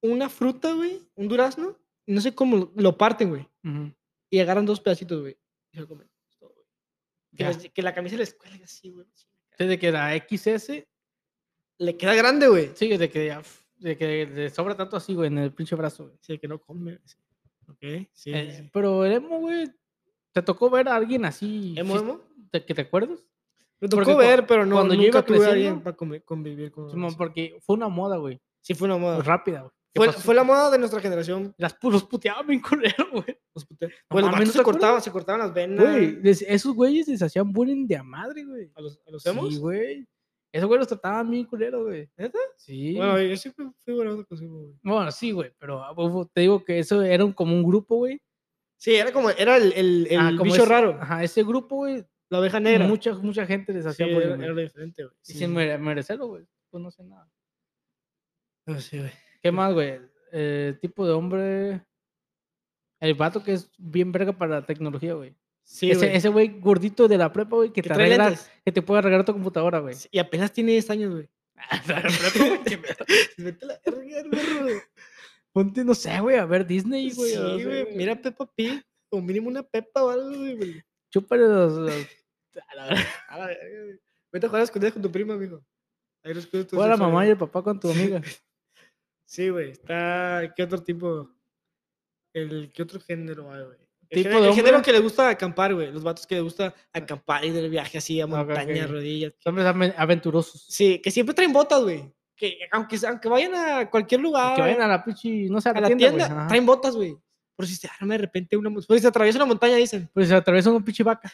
A: una fruta, güey, un durazno, y no sé cómo lo parten, güey,
B: Ujú.
A: y agarran dos pedacitos, güey, y lo comen. Es todo, güey. Que,
B: Ya.
A: las- que la camisa les cuelga así, güey. así, acá.
B: Desde que la XS,
A: Le queda grande, güey.
B: sí, de que, ya, pf, de que le sobra tanto así, güey, en el pinche brazo, güey.
A: Sí, que no come. sí. Ok, sí.
B: Eh,
A: sí.
B: pero el emo, güey, ¿te tocó ver a alguien así?
A: ¿Emo,
B: fis-
A: emo?
B: ¿Te- que te acuerdas?
A: Me
B: porque
A: tocó
B: cu-
A: ver, pero no,
B: cuando yo
A: nunca
B: iba
A: tuve a alguien
B: creciendo-
A: para convivir con
B: Simón,
A: sí.
B: porque fue una moda, güey,
A: sí, fue una moda.
B: rápida, güey. que
A: Fue,
B: pasó.
A: fue la moda de nuestra generación.
B: Las pu- los puteaban bien culero, güey.
A: Pues, puta- pues los
B: mames, ¿no
A: vatos
B: te
A: se
B: acuerdas?
A: cortaban, se cortaban las venas.
B: Güey, les- esos güeyes les hacían bullying de a madre, güey.
A: ¿A los, a los emos?
B: Sí, güey. Esos güeyes los trataban bien culero, güey.
A: ¿Neta?
B: Sí.
A: Bueno,
B: Bueno,
A: yo siempre fui buena onda consigo, güey.
B: sí, güey, pero ah, hubo- te digo que eso era un- como un grupo, güey.
A: Sí, era como, era el, el, el
B: Ah, como
A: bicho
B: ese-
A: raro,
B: Ajá, ese grupo, güey,
A: la oveja negra.
B: mucha, mucha gente les
A: Sí,
B: hacía
A: era,
B: bullying,
A: era
B: güey.
A: lo diferente, güey.
B: Y sin mere- merecerlo, güey. Pues no sé nada.
A: Ah, sí, güey.
B: ¿Qué más, güey? Eh, tipo de hombre. El vato que es bien verga para la tecnología, güey.
A: Sí,
B: Ese-
A: güey.
B: ese güey gordito de la prepa, güey, que
A: Que
B: te
A: trae
B: arregla,
A: lentes.
B: que te puede arreglar tu computadora, güey.
A: Sí, Y apenas tiene 10 años, güey. Vete a la verga, el burro, güey.
B: Ponte, no sé, güey, a ver Disney, güey. o no
A: Sí,
B: sé,
A: güey. Mira a Peppa Pig. O mínimo una Peppa o algo, güey, güey.
B: Chúpale los. los- a la verga.
A: A la verga, güey. Vete a jugar a escondidas con tu prima, mijo. Ahí los cuido tus
B: Juega la
A: sexuales,
B: mamá y
A: güey.
B: el papá con tu amiga.
A: Sí, güey. Está. ¿Qué otro tipo? El, ¿Qué otro género hay, güey? El,
B: ¿Tipo
A: género,
B: de
A: el género
B: hombre?
A: que le gusta acampar, güey. Los vatos que le gusta acampar y del viaje así a
B: Ah, Ok,
A: montaña,
B: ok.
A: rodillas.
B: Son hombres aven- aventurosos.
A: Sí, que siempre traen botas, güey. Que aunque, se- aunque vayan a cualquier lugar,
B: Que vayan
A: a,
B: a la pichi, no sé, a la,
A: la
B: tienda,
A: tienda,
B: güey, ajá.
A: traen botas, güey. Por si se arma de repente una. mon- Por si se atraviesa una montaña, dicen.
B: Pues se atraviesan un pichi vaca.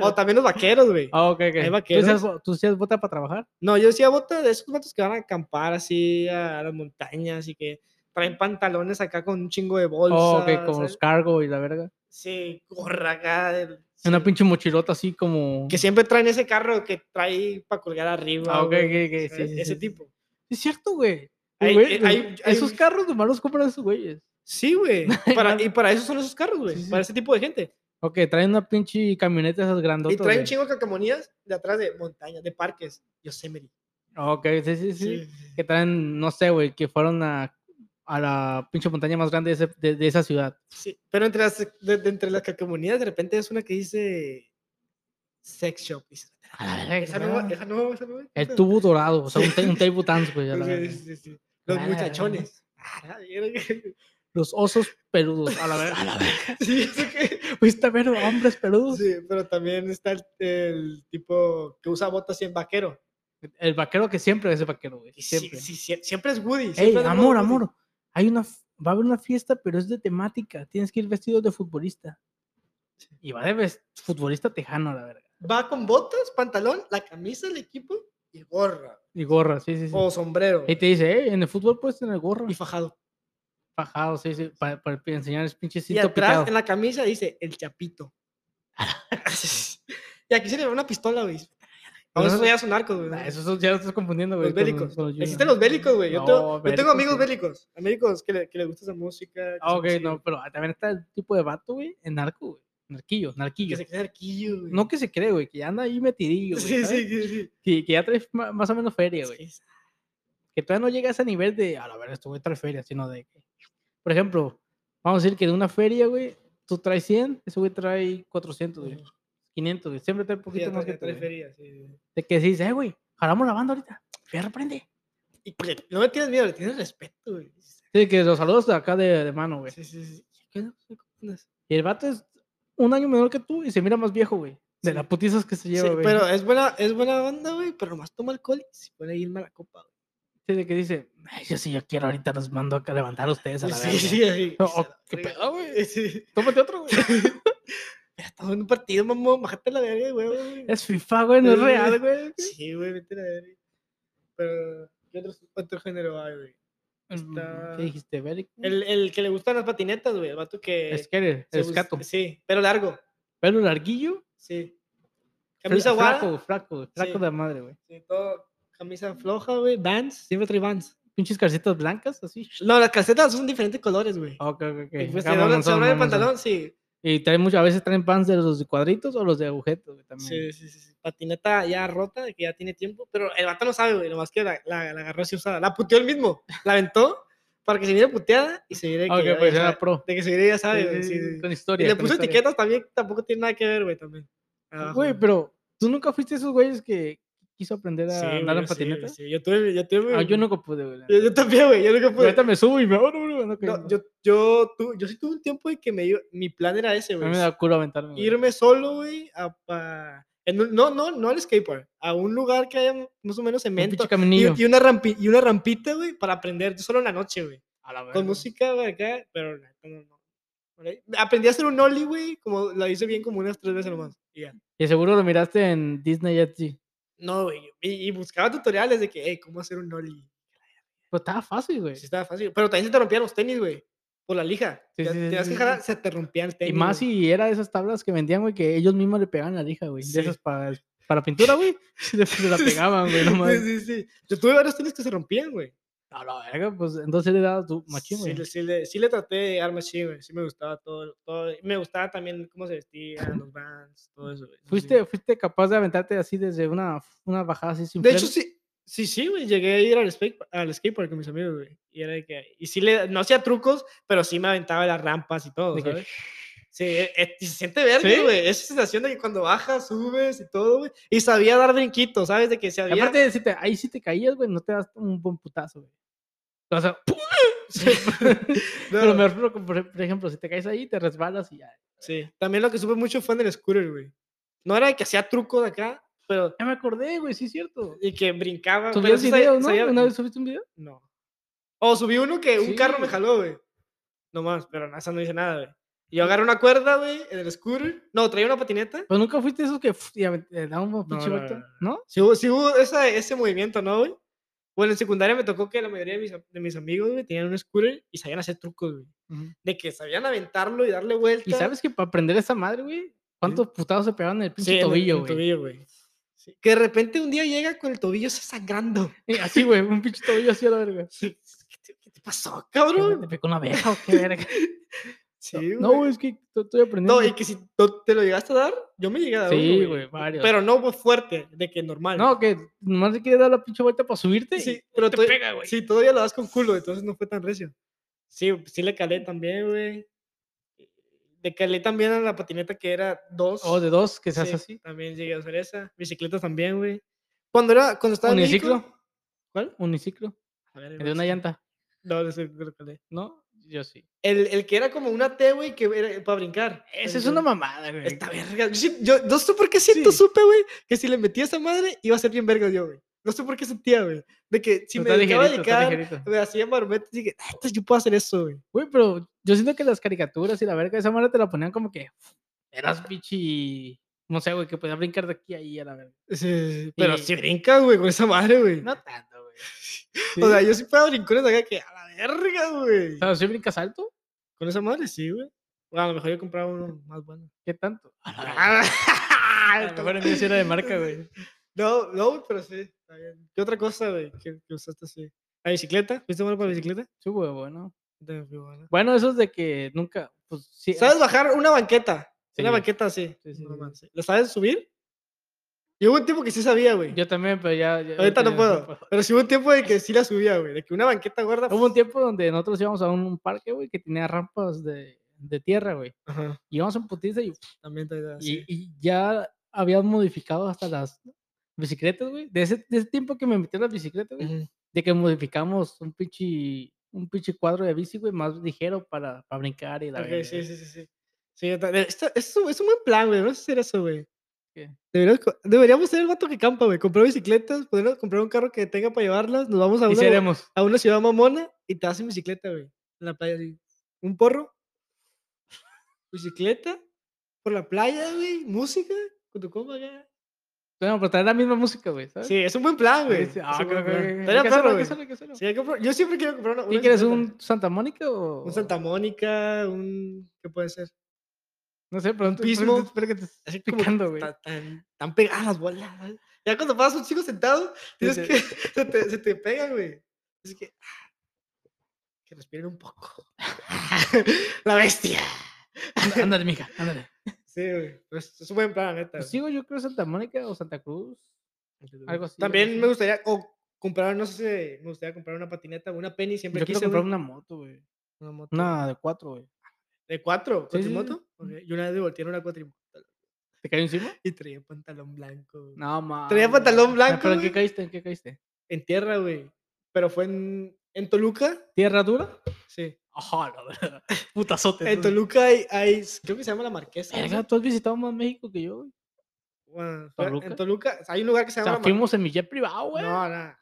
A: O también los vaqueros, güey.
B: Ah, ok, ok.
A: Hay
B: ¿Tú
A: vaqueros.
B: seas bo- ¿Tú seas bota para trabajar?
A: No, yo decía botas de esos vatos que van a acampar así a, las montañas y que traen pantalones acá con un chingo de bolsa.
B: Oh, ok, con los
A: ¿sabes?
B: cargo y la verga.
A: Sí, gorra acá. del-
B: Una
A: sí.
B: pinche mochilota así como.
A: Que siempre traen ese carro que trae para colgar arriba.
B: Ah, ok,
A: güey,
B: ok, ok, sí,
A: ¿sabes?
B: sí,
A: Ese
B: sí.
A: tipo.
B: Es cierto, güey.
A: Hay-
B: Güey,
A: eh,
B: los-
A: hay- hay-
B: esos carros nomás los compran esos güeyes.
A: Sí, güey. Para, y para eso son esos carros, güey.
B: Sí, sí.
A: Para ese tipo de gente.
B: Ok, traen una pinche camioneta esas
A: Y
B: grandotas.
A: traen un
B: güey.
A: chingo de cacamonías de atrás de montañas, de parques. Yosemite.
B: Ok, sí, sí,
A: Sí,
B: sí.
A: sí, sí.
B: que traen, no sé, güey, que fueron a, a la pinche montaña más grande de, ese- de- de esa ciudad.
A: Sí, Pero entre las, de- de entre las cacamonías, de repente es una que dice sex shop. dices,
B: A la verga,
A: Esa no, va-
B: ah,
A: esa no, esa no.
B: El tubo dorado, o sea, un, ta- un table dance, güey. a la
A: Sí,
B: verga.
A: sí, sí, sí. Los
B: Ah, la
A: muchachones. A la verga.
B: Los osos peludos, a la verga.
A: Sí, eso que-
B: ¿Fuiste a ver hombres peludos?
A: sí, pero también está el, el tipo que usa botas y en vaquero.
B: El vaquero que siempre es el vaquero, güey.
A: Y sí,
B: Siempre.
A: sí, sie- siempre es Woody.
B: Ey,
A: siempre anda
B: amor,
A: Woody.
B: amor. Hay una, f- va a haber una fiesta, pero es de temática. Tienes que ir vestido de futbolista. Y va de ves- futbolista tejano, a la verga.
A: Va con botas, pantalón, la camisa del equipo y gorra.
B: Y gorra, sí, sí, sí.
A: O sombrero.
B: Y te dice, eh, en el fútbol puedes tener gorra.
A: Oh. Y fajado.
B: Fajado, sí, sí. Para, para enseñar el pinche
A: Y
B: cinto
A: atrás
B: picado.
A: en la camisa dice el chapito. y aquí se le ve una pistola, güey. Ahora
B: Pero
A: eso
B: eso-
A: ya son narcos, güey.
B: Nah, Ah, eso son- ya lo estás confundiendo, güey.
A: Los
B: con-
A: bélicos.
B: con los
A: Existen los
B: juniors.
A: bélicos, güey. Yo,
B: No,
A: tengo- yo tengo
B: bélicos,
A: amigos
B: sí.
A: bélicos. Amigos que le, que les gusta esa música. que
B: Ah,
A: son
B: ok,
A: así,
B: no, pero también está el tipo de vato, güey, en narco, güey. Narquillo,
A: Que
B: narquillo.
A: se cree arquillo, güey.
B: No que se cree, güey, que ya anda ahí metidillo, güey.
A: Sí,
B: ¿sabes?
A: sí, sí, sí.
B: Que, que ya trae ma- más o menos feria,
A: Es
B: güey.
A: que es-
B: Que todavía no llega a ese nivel de, a la verga, esto güey trae feria, sino de que, por ejemplo, vamos a decir que de una feria, güey, tú traes 100, ese güey trae 400, güey.
A: Ujú.
B: 500, güey. Siempre trae un
A: Sí,
B: poquito
A: ya
B: más
A: tra-
B: que
A: ya
B: tú,
A: trae
B: güey.
A: feria, sí, sí.
B: De que se dice, eh, güey, jalamos la banda ahorita. Fierro, prende.
A: Y le- no le tienes miedo, le tienes respeto, güey.
B: Sí, que los saludos de acá de, de mano, güey.
A: Sí, sí, sí. ¿Qué no? ¿Qué confundas?
B: Y el vato es un año menor que tú y se mira más viejo, güey. De
A: Sí.
B: las putizas que se
A: Sí,
B: lleva, güey.
A: pero es buena, es buena onda, güey, pero nomás toma alcohol y se pone a irme a la copa, güey.
B: Sí, de que dice, "Ay, yo sí, yo quiero, ahorita los mando a levantar a ustedes a la
A: Sí,
B: verga".
A: sí, así.
B: No,
A: y se la
B: ¿qué
A: friega,
B: pedo, güey?
A: Sí.
B: Tómate otro, güey.
A: Ya estamos en un partido, mamón, bájate la verga, güey, güey.
B: es FIFA, güey, no es real, güey.
A: Sí, güey, vete a la verga. Pero, ¿qué otro, otro género hay, güey?
B: Mm,
A: Está-
B: ¿Qué dijiste, Beric?
A: El, el que le gustan las patinetas, güey, el vato que...
B: Skater,
A: se
B: Mm. el
A: bus-
B: escato.
A: Sí, pero largo,
B: Pelo larguillo.
A: sí.
B: fla-
A: Camisa guada,
B: Flaco, flaco,
A: Sí.
B: flaco de madre, güey.
A: sí, todo, camisa floja, güey, Vans, siempre trae Vans.
B: Pinches calcetas blancas, así.
A: No, las calcetas son diferentes colores, güey.
B: Ok, ok, ok.
A: Y Pues, se
B: Ah,
A: dobla
B: mamonzón,
A: se dobla el
B: mamonzón.
A: pantalón, sí.
B: Y traen mucho, a veces traen pants de los de cuadritos o los de agujetos, güey, también.
A: Sí, sí, sí, sí. Patineta ya rota, de que ya tiene tiempo, pero el vato no sabe, güey. Nomás que la, la, la agarró así usada. La puteó él mismo. La aventó para que se viera puteada y se viera
B: Ah, ok,
A: que, ya-
B: pues
A: ya
B: era
A: sabe-
B: pro.
A: de que se viera ya sabe,
B: Sí,
A: güey.
B: sí,
A: sí,
B: sí,
A: sí.
B: Con
A: Y
B: historia.
A: le
B: con
A: puso
B: historia.
A: etiquetas también, que tampoco tiene nada que ver, güey, también. Abajo,
B: Güey, pero tú nunca fuiste esos güeyes que quiso aprender a
A: Sí, güey,
B: andar en
A: yo sí, güey,
B: patineta.
A: sí. Yo tuve, yo tuve.
B: Ah, yo nunca pude, güey. la
A: Yo, yo también, güey. Yo nunca
B: Yo
A: pude.
B: Ahorita me subo y me. oh, no, no, no, que-
A: No, yo, yo, tu- yo sí tuve un tiempo en que me, iba- mi plan era ese,
B: a
A: güey.
B: mí me da culo aventarme. güey.
A: irme solo, güey, a, pa- en un- no, no, no al skatepark, a un lugar que haya más o menos
B: Un
A: cemento
B: pinche
A: y,
B: caminillo.
A: y una rampi- y una rampita, güey, para aprender yo solo en la noche, güey,
B: A la verga.
A: con música güey, acá, pero la neta no, no. Por ahí- Aprendí a hacer un ollie, güey, como lo hice bien como unas tres veces nomás. y ya.
B: Y seguro lo miraste en Disney XD.
A: No, güey, y, y buscaba tutoriales de que, hey, cómo hacer un ollie.
B: Pues estaba fácil, güey.
A: Sí estaba fácil, pero también se te rompían los tenis, güey, por la lija.
B: Sí,
A: Te-
B: sí, sí,
A: tenías
B: sí,
A: que
B: sí.
A: jalar, se te rompían el
B: y
A: tenis.
B: más
A: güey.
B: si era de esas tablas que vendían, güey, que ellos mismos le pegaban la lija, güey.
A: Sí.
B: De esas para, para pintura, güey. Se se la pegaban, güey, no
A: Sí,
B: mames.
A: sí, sí. Yo tuve varios tenis que se rompían, güey.
B: A la verga, pues entonces le dabas tu machín,
A: Sí,
B: güey.
A: le- sí, le, sí le traté de dar machín, güey. Sí me gustaba todo, todo. Me gustaba también cómo se vestía, los bands, todo eso, güey. eso sí.
B: ¿Fuiste, fuiste capaz de aventarte así desde una, una bajada así sin
A: De hecho,
B: freno?
A: sí. Sí, sí, güey. Llegué a ir al, skate, al skatepark con mis amigos, güey. Y era de que... Y sí le... No hacía trucos, pero sí me aventaba las rampas y todo,
B: De que,
A: ¿sabes? Sí, e- e- y se siente verga,
B: ¿Sí?
A: güey. Esa sensación de que cuando bajas, subes y todo, güey. Y sabía dar brinquitos, ¿sabes? De que se
B: Y
A: había...
B: Aparte, si te- ahí sí te caías, güey, no te das un buen putazo, güey. O sea, ¡pum! pero
A: No,
B: me refiero, con, por ej- por ejemplo, si te caes ahí, te resbalas y ya.
A: Sí. También lo que supe mucho fue en el scooter, güey. No era de que hacía trucos acá, pero...
B: Ya me acordé, güey, sí es cierto.
A: Y que brincaba. Ah, pero
B: Subías
A: eso sabía-
B: videos, ¿no?
A: sabía-
B: ¿Una vez subiste un video?
A: No. O subí uno que un carro me
B: Sí.
A: jaló, güey. No más, pero no, esa no dice nada, güey. Y Yo agarré una cuerda, güey, en el scooter. No, traía una patineta.
B: Pero Pues, nunca fuiste esos que ¡fuf! y avent- eh, daban un pinche
A: no,
B: vuelta,
A: no,
B: ¿no?
A: Si hubo, sí hubo esa- ese movimiento, ¿no, güey? Bueno, en secundaria me tocó que la mayoría de mis, de mis amigos, güey, tenían un scooter y sabían hacer trucos, güey. De que sabían aventarlo y darle vuelta.
B: Y sabes que para aprender esa madre, güey, ¿cuántos putados se pegaban en el
A: Sí,
B: pinche
A: en el- en
B: tobillo,
A: el
B: güey?
A: tobillo, güey. Sí, Que de repente un día llega con el tobillo así sangrando.
B: Eh, Así, güey, un pinche tobillo así a la verga.
A: ¿Qué te, qué te pasó,
B: ¿Qué, güey,
A: cabrón?
B: ¿Te picó una abeja o qué verga?
A: Sí,
B: no, güey, es que t- estoy aprendiendo.
A: No, y que si no te lo llegaste a dar, yo me llegué a dar. uno,
B: Sí, güey, varios.
A: Pero no fue fuerte, de que normal.
B: No, que nomás le quieres dar la pinche vuelta para subirte
A: sí,
B: y
A: pero
B: te
A: to-
B: pega, güey.
A: sí, todavía lo das con culo, entonces no fue tan recio. Sí, sí le calé también, güey. De calé también a la patineta que era dos.
B: O Oh, de dos, que se
A: Sí,
B: hace así.
A: También llegué a usar esa. Bicicletas también, güey. Cuando era, cuando estaba en México-
B: Uniciclo. ¿Cuál? Uniciclo.
A: A ver,
B: El de una
A: no sé.
B: llanta.
A: No, no sé, creo que no.
B: ¿No? Yo sí.
A: El, el que era como una T, güey, que era para brincar.
B: Esa
A: El
B: es
A: de-
B: una mamada, güey.
A: Esta verga. Yo, sí- yo no sé por qué siento,
B: Sí.
A: supe, güey, que si le metía esa madre iba a ser bien verga yo, güey. No sé por qué sentía, güey. De que si
B: Pero
A: me
B: está
A: dedicaba a
B: ligerito, está
A: dedicar,
B: ligerito.
A: me hacía marometas y dije, "Ah, entonces yo puedo hacer eso, güey.
B: Güey, pero yo siento que las caricaturas y la verga, esa madre te la ponían como que eras pichi. No sé, güey, que podías brincar de aquí a ahí a la verga.
A: Sí, sí, sí, Pero
B: Y-
A: si brinca, güey, con esa madre, güey.
B: No tanto, güey.
A: O sea, yo sí Ah. puedo brincones acá que a la verga, güey.
B: O sea, ¿sí brincas alto?
A: Con esa madre, sí, güey. Bueno, a lo mejor yo compraba uno más bueno.
B: ¿Qué tanto?
A: Ah,
B: A lo mejor en mí sí era de marca, güey.
A: No, no, güey, pero sí. está bien. ¿Qué otra cosa, güey, que, que usaste así? ¿La bicicleta? ¿Fuiste bueno para bicicleta?
B: Sí, güey, bueno.
A: Yo también fui bueno.
B: Bueno, eso es de que nunca, pues sí. ah,
A: ¿Sabes bajar una banqueta? Una
B: Sí.
A: banqueta así.
B: Sí, sí,
A: normal,
B: sí.
A: sí. ¿La sabes subir? Y hubo un tiempo que sí sabía, güey.
B: Yo también, pero ya. ya-
A: Ahorita no
B: ya
A: puedo. Pero sí hubo un tiempo de que sí la subía, güey. De que una banqueta pues, gorda.
B: Hubo un tiempo donde nosotros íbamos a un, un parque, güey, que tenía rampas de, de tierra, güey.
A: Ajá.
B: Y íbamos en putiza y,
A: También te
B: y-
A: Ah, sí.
B: y ya habían modificado hasta las bicicletas, güey. De ese, de ese tiempo que me metí en las bicicletas, güey.
A: Ujú.
B: De que modificamos un pinche, un pinche cuadro de bici, güey, más ligero para, para brincar y la
A: Ok,
B: verga,
A: sí,
B: güey.
A: sí, sí, sí. Sí, yo ta- de- esto- esto es un buen plan, güey. Vamos a hacer eso, güey.
B: ¿Qué?
A: Deberíamos, co- deberíamos ser el vato que campa, güey. Comprar bicicletas, poder comprar un carro que tenga para llevarlas. Nos vamos a
B: Y
A: una,
B: si
A: bo-
B: haremos.
A: a una ciudad mamona y te vas en bicicleta, güey. En la playa, así. Un porro. Bicicleta. Por la playa, güey. Música. Con tu compa, acá.
B: Bueno, pero traer la misma música, güey, ¿sabes?
A: Sí, es un buen plan, güey.
B: Sí,
A: es
B: ah,
A: un
B: ok,
A: buen
B: ok,
A: plan.
B: ok, ok.
A: Estaría
B: Hay que
A: perro,
B: hacerlo, hay que
A: güey.
B: hacerlo, hay que hacerlo.
A: Sí, hay que comprar- Yo siempre quiero comprar una. una
B: ¿Qué quieres?
A: bicicleta.
B: ¿Un Santa Mónica o...?
A: Un Santa Mónica, un. ¿Qué puede ser?
B: No sé, pero... antes-
A: pismo?
B: Espero que te
A: Así
B: estés
A: como que
B: picando, güey.
A: ta- tan, tan pegadas las bolas. ¿sabes? Ya cuando pasas un chico sentado, tienes
B: se-
A: que. Se te, se te pegan, güey. Así que. ah, Que respiren un poco. la bestia.
B: Anda- Ándale, mija, ándale.
A: Sí, güey. Pues es un buen plan, la neta.
B: Pues
A: güey.
B: sí, güey, yo creo Santa Mónica o Santa Cruz.
A: Entonces,
B: algo así, algo
A: También me
B: así.
A: gustaría. O comprar, no sé si me gustaría comprar una patineta, una penny. Siempre
B: Yo
A: quise
B: quiero comprar
A: güey.
B: una moto, güey.
A: una moto.
B: Una de cuatro, güey.
A: ¿De cuatro?
B: Sí, sí, sí.
A: ¿Cuatrimoto? Ok, Yo una vez me volteé en una cuatrimoto
B: ¿Te cayó encima?
A: y traía pantalón blanco. güey.
B: No, mames.
A: Traía pantalón
B: Ah,
A: blanco,
B: ¿Pero en qué
A: güey.
B: caíste? ¿En qué caíste?
A: En tierra, güey. Pero fue en, en Toluca.
B: ¿Tierra dura?
A: Sí.
B: Ajá, la verdad. Putazote.
A: En
B: entonces.
A: Toluca hay, hay- creo que se llama La Marquesa. ¿no?
B: Verga, tú has visitado más México que yo, güey.
A: Bueno, fue- En
B: ¿Toluca?
A: Toluca hay un lugar que se llama
B: O sea,
A: La Marquesa.
B: fuimos en mi jet privado, güey.
A: No, nada.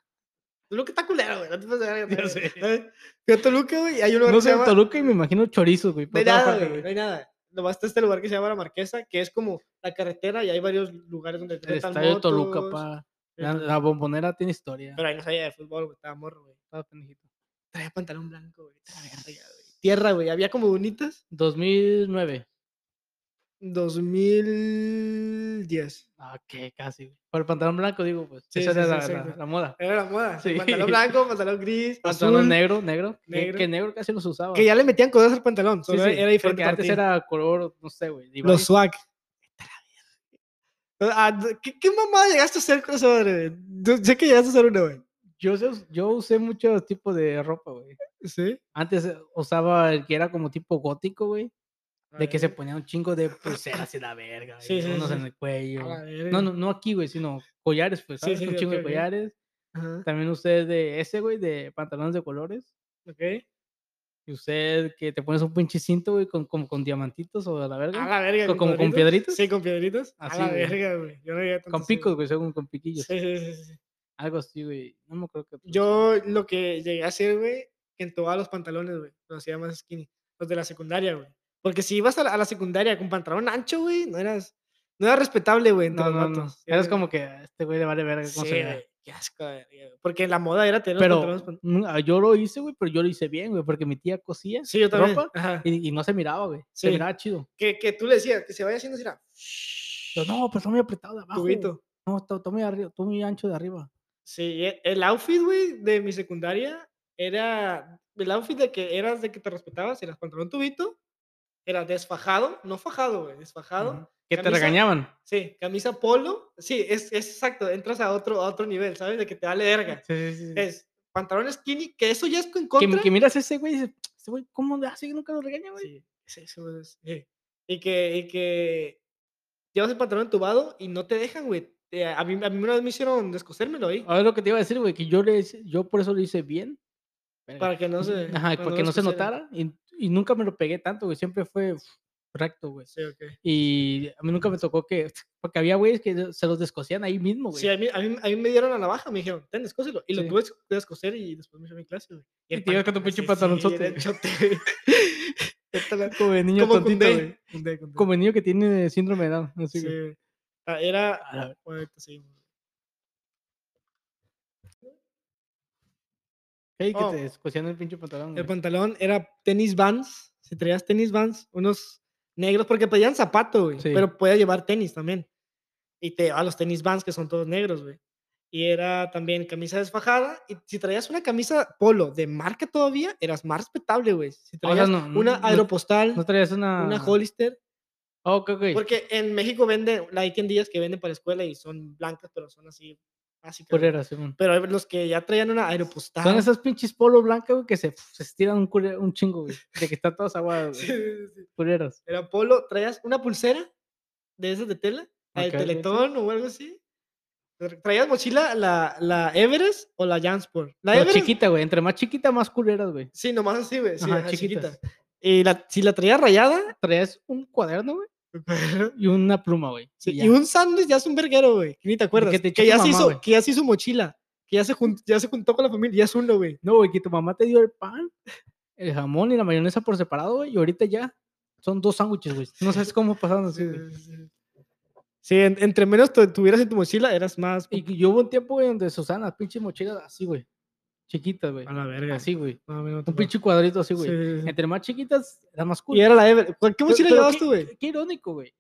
A: Toluca está culero, güey. No te pases de verga,
B: Ya
A: también,
B: sé.
A: ¿sabes? Fui a Toluca, güey, y hay un lugar
B: No
A: que se
B: sé, en
A: llama...
B: Toluca y me imagino chorizos, güey.
A: No
B: por
A: hay
B: todas
A: nada,
B: partes,
A: güey. No hay nada. Nomás está este lugar que se llama La Marquesa, que es como la carretera y hay varios lugares donde
B: El
A: rentan
B: estadio de Toluca,
A: motos,
B: pa. La,
A: rentan-
B: la bombonera tiene historia.
A: Pero ahí no sabía de fútbol, güey. Estaba morro, güey.
B: Ah, pendejito.
A: Traía pantalón blanco, güey. la verga, güey. Tierra, güey. Había como bonitas.
B: 2009.
A: 2010.
B: Ah, que casi, güey. Por el pantalón blanco, digo, pues.
A: Sí,
B: Esa
A: sí,
B: era
A: sí,
B: la,
A: exacto.
B: la- la moda.
A: Era la moda.
B: Sí.
A: Pantalón blanco, pantalón gris,
B: Pantalón
A: azul,
B: negro, negro. que-
A: negro.
B: Que, negro casi los usaba.
A: Que ya le metían cosas al pantalón.
B: Sí,
A: Solo
B: sí,
A: era diferente.
B: Porque antes
A: partido.
B: era color, no sé, güey. Levi's.
A: Los swag. Ah, d- ¿Qué, ¿Qué mamada llegaste a hacer con esa madre? güey? Yo Sé que llegaste a hacer una, güey.
B: Yo, usé- yo usé muchos tipos de ropa, güey.
A: ¿Sí?
B: Antes eh, usaba el que era como tipo gótico, güey.
A: A
B: De que se
A: ver.
B: ponía un chingo de pulseras y la verga.
A: Sí,
B: Sí,
A: sí,
B: unos
A: sí.
B: en el cuello.
A: A la verga.
B: No, no, no aquí, güey, sino collares, pues.
A: Sí, Ah,
B: ¿sabes?
A: sí,
B: un
A: sí,
B: chingo
A: ok,
B: de
A: ok.
B: collares.
A: Ajá.
B: También usé de ese, güey, de pantalones de colores.
A: Ok.
B: Y usted que te pones un pinche cinto, güey, con, como con diamantitos o a la
A: A
B: verga.
A: la verga.
B: Co- como con
A: cuadritos.
B: piedritas.
A: Sí, con piedritos.
B: Así,
A: a la
B: güey.
A: verga, güey. Yo no llegué tanto
B: con
A: así,
B: picos,
A: güey.
B: güey, según con piquillos.
A: Sí, sí, sí, sí, sí.
B: Algo así, güey. No me acuerdo que.
A: Yo lo que llegué a hacer, güey, que entobaba los pantalones, güey. Los hacía más skinny. Los de la secundaria, güey. Porque si ibas a la, a la secundaria con pantalón ancho, güey, no eras. No era respetable, güey, entre
B: No,
A: los
B: no, no.
A: vatos.
B: Eras
A: Era-
B: como que "Ah, este güey le vale verga
A: Sí,
B: cómo se vea".
A: güey, qué asco, de verga, güey. Porque la moda era tener los pantalones
B: Pero
A: pan-
B: mm, ah, yo lo hice, güey, pero yo lo hice bien, güey, porque mi tía cosía
A: Sí, yo también.
B: ropa
A: ajá.
B: y, y no se miraba, güey.
A: Sí.
B: Se miraba chido.
A: Que, que tú le decías, que se vaya haciendo así, era
B: Yo, no,
A: pues,
B: pero está muy apretado de abajo.
A: tubito.
B: No, está, está muy arriba, está muy ancho de arriba.
A: Sí, e- el outfit, güey, de mi secundaria era. El outfit de que eras de que te respetabas, eras pantalón tubito, era desfajado, no fajado, güey, desfajado.
B: Ajá. Que te
A: camisa-
B: regañaban.
A: Sí, camisa polo. Sí, es, es exacto. Entras a otro, a otro nivel, ¿sabes? De que te vale verga.
B: Sí, sí, sí, sí.
A: Es pantalón skinny, que eso ya es en
B: Que,
A: Eh, contra.
B: que miras ese güey y dices, este güey, ¿cómo hace que nunca lo regaña, güey?
A: Sí, sí, eso es- sí. Y que, y que llevas el pantalón entubado y no te dejan, güey. Eh, A mí, a mí una vez me hicieron descosérmelo ahí.
B: Ahora es lo que te iba a decir, güey, que yo, le hice- yo por eso lo hice bien.
A: Para que no se.
B: Ajá,
A: para
B: para que
A: lo
B: no se
A: descosiera.
B: notara. Y, y nunca me lo pegué tanto, güey. Siempre fue uf, recto, güey.
A: Sí, ok.
B: Y a mí nunca me tocó que. Porque había güeyes que se los descosían ahí mismo, güey.
A: Sí, a mí, a, mí, a mí me dieron la navaja, me dijeron, ten, descóselo. Y lo
B: Sí.
A: tuve que descoser y después me hice mi clase, güey.
B: Y te ibas con
A: pantalón,
B: tu
A: sí,
B: pinche
A: sí,
B: pantalonzote.
A: era chote, güey. Esta la-
B: Como de niño
A: Como
B: tontito,
A: Koundé,
B: güey.
A: Koundé, Koundé.
B: Como de niño que tiene síndrome de Down. Así,
A: Sí,
B: güey.
A: güey. Ah, Era.
B: A la-
A: ahorita seguimos.
B: Ey, que
A: Oh.
B: te descosían el pinche pantalón.
A: El
B: güey.
A: pantalón era tenis vans. Si traías tenis vans, unos negros, porque pedían zapato, güey.
B: Sí.
A: Pero podías llevar tenis también. Y te llevaba los tenis vans, que son todos negros, güey. Y era también camisa desfajada. Y si traías una camisa polo de marca todavía, eras más respetable, güey. Si
B: O sea,
A: traías
B: no-
A: una
B: no- no-
A: aeropostal,
B: No traías una.
A: una Hollister.
B: Oh, ok, ok.
A: Porque en México venden, hay tiendillas que venden para la escuela y son blancas, pero son así básicas. güey.
B: Culera, Simón.
A: Pero hay los que ya traían una aeropostal.
B: Son esas pinches polo blancas, güey, que se, se estiran un, culero- un chingo, güey. De que están todas aguadas,
A: Sí,
B: güey.
A: sí, sí.
B: Culeras.
A: Era polo, traías una pulsera de esas de tela, la del
B: Ok, ok, sí.
A: Teletón o algo así. Tra- Traías mochila la, la Everest o la Jansport. La
B: Pero
A: Everest.
B: chiquita, güey. Entre más chiquita, más culeras, güey.
A: Sí, nomás así, güey. Sí,
B: Ajá,
A: ajá, chiquita.
B: chiquitas.
A: Y la, si la traías rayada.
B: Traías un cuaderno, güey, y una pluma, güey.
A: sí,
B: y
A: y
B: ya.
A: un sándwich ya es un verguero, güey. que Ni te acuerdas.
B: que te
A: Que,
B: eche tu
A: ya se
B: mamá,
A: hizo,
B: güey.
A: que ya se hizo mochila. Que ya se, jun- ya se juntó con la familia. Ya es uno, güey.
B: No, güey, que tu mamá te dio el pan, el jamón y la mayonesa por separado, güey. Y ahorita ya son dos sándwiches, güey. No sabes cómo pasaron así,
A: Sí,
B: güey.
A: sí. Sí, en- entre menos tu- tuvieras en tu mochila, eras más.
B: Y que yo hubo un tiempo, güey, donde se usaban las pinches mochilas así, güey. Chiquitas, güey.
A: la verga.
B: Así, güey.
A: No, a mí no me
B: Un
A: tocó.
B: pinche cuadrito así, güey.
A: Sí, sí, sí.
B: Entre más chiquitas, era más cool.
A: Y era la Everest. ¿Cuál- ¿Qué
B: Pero-
A: mochila
B: pero
A: llevabas
B: qué-
A: tú, güey?
B: Qué, qué irónico, güey.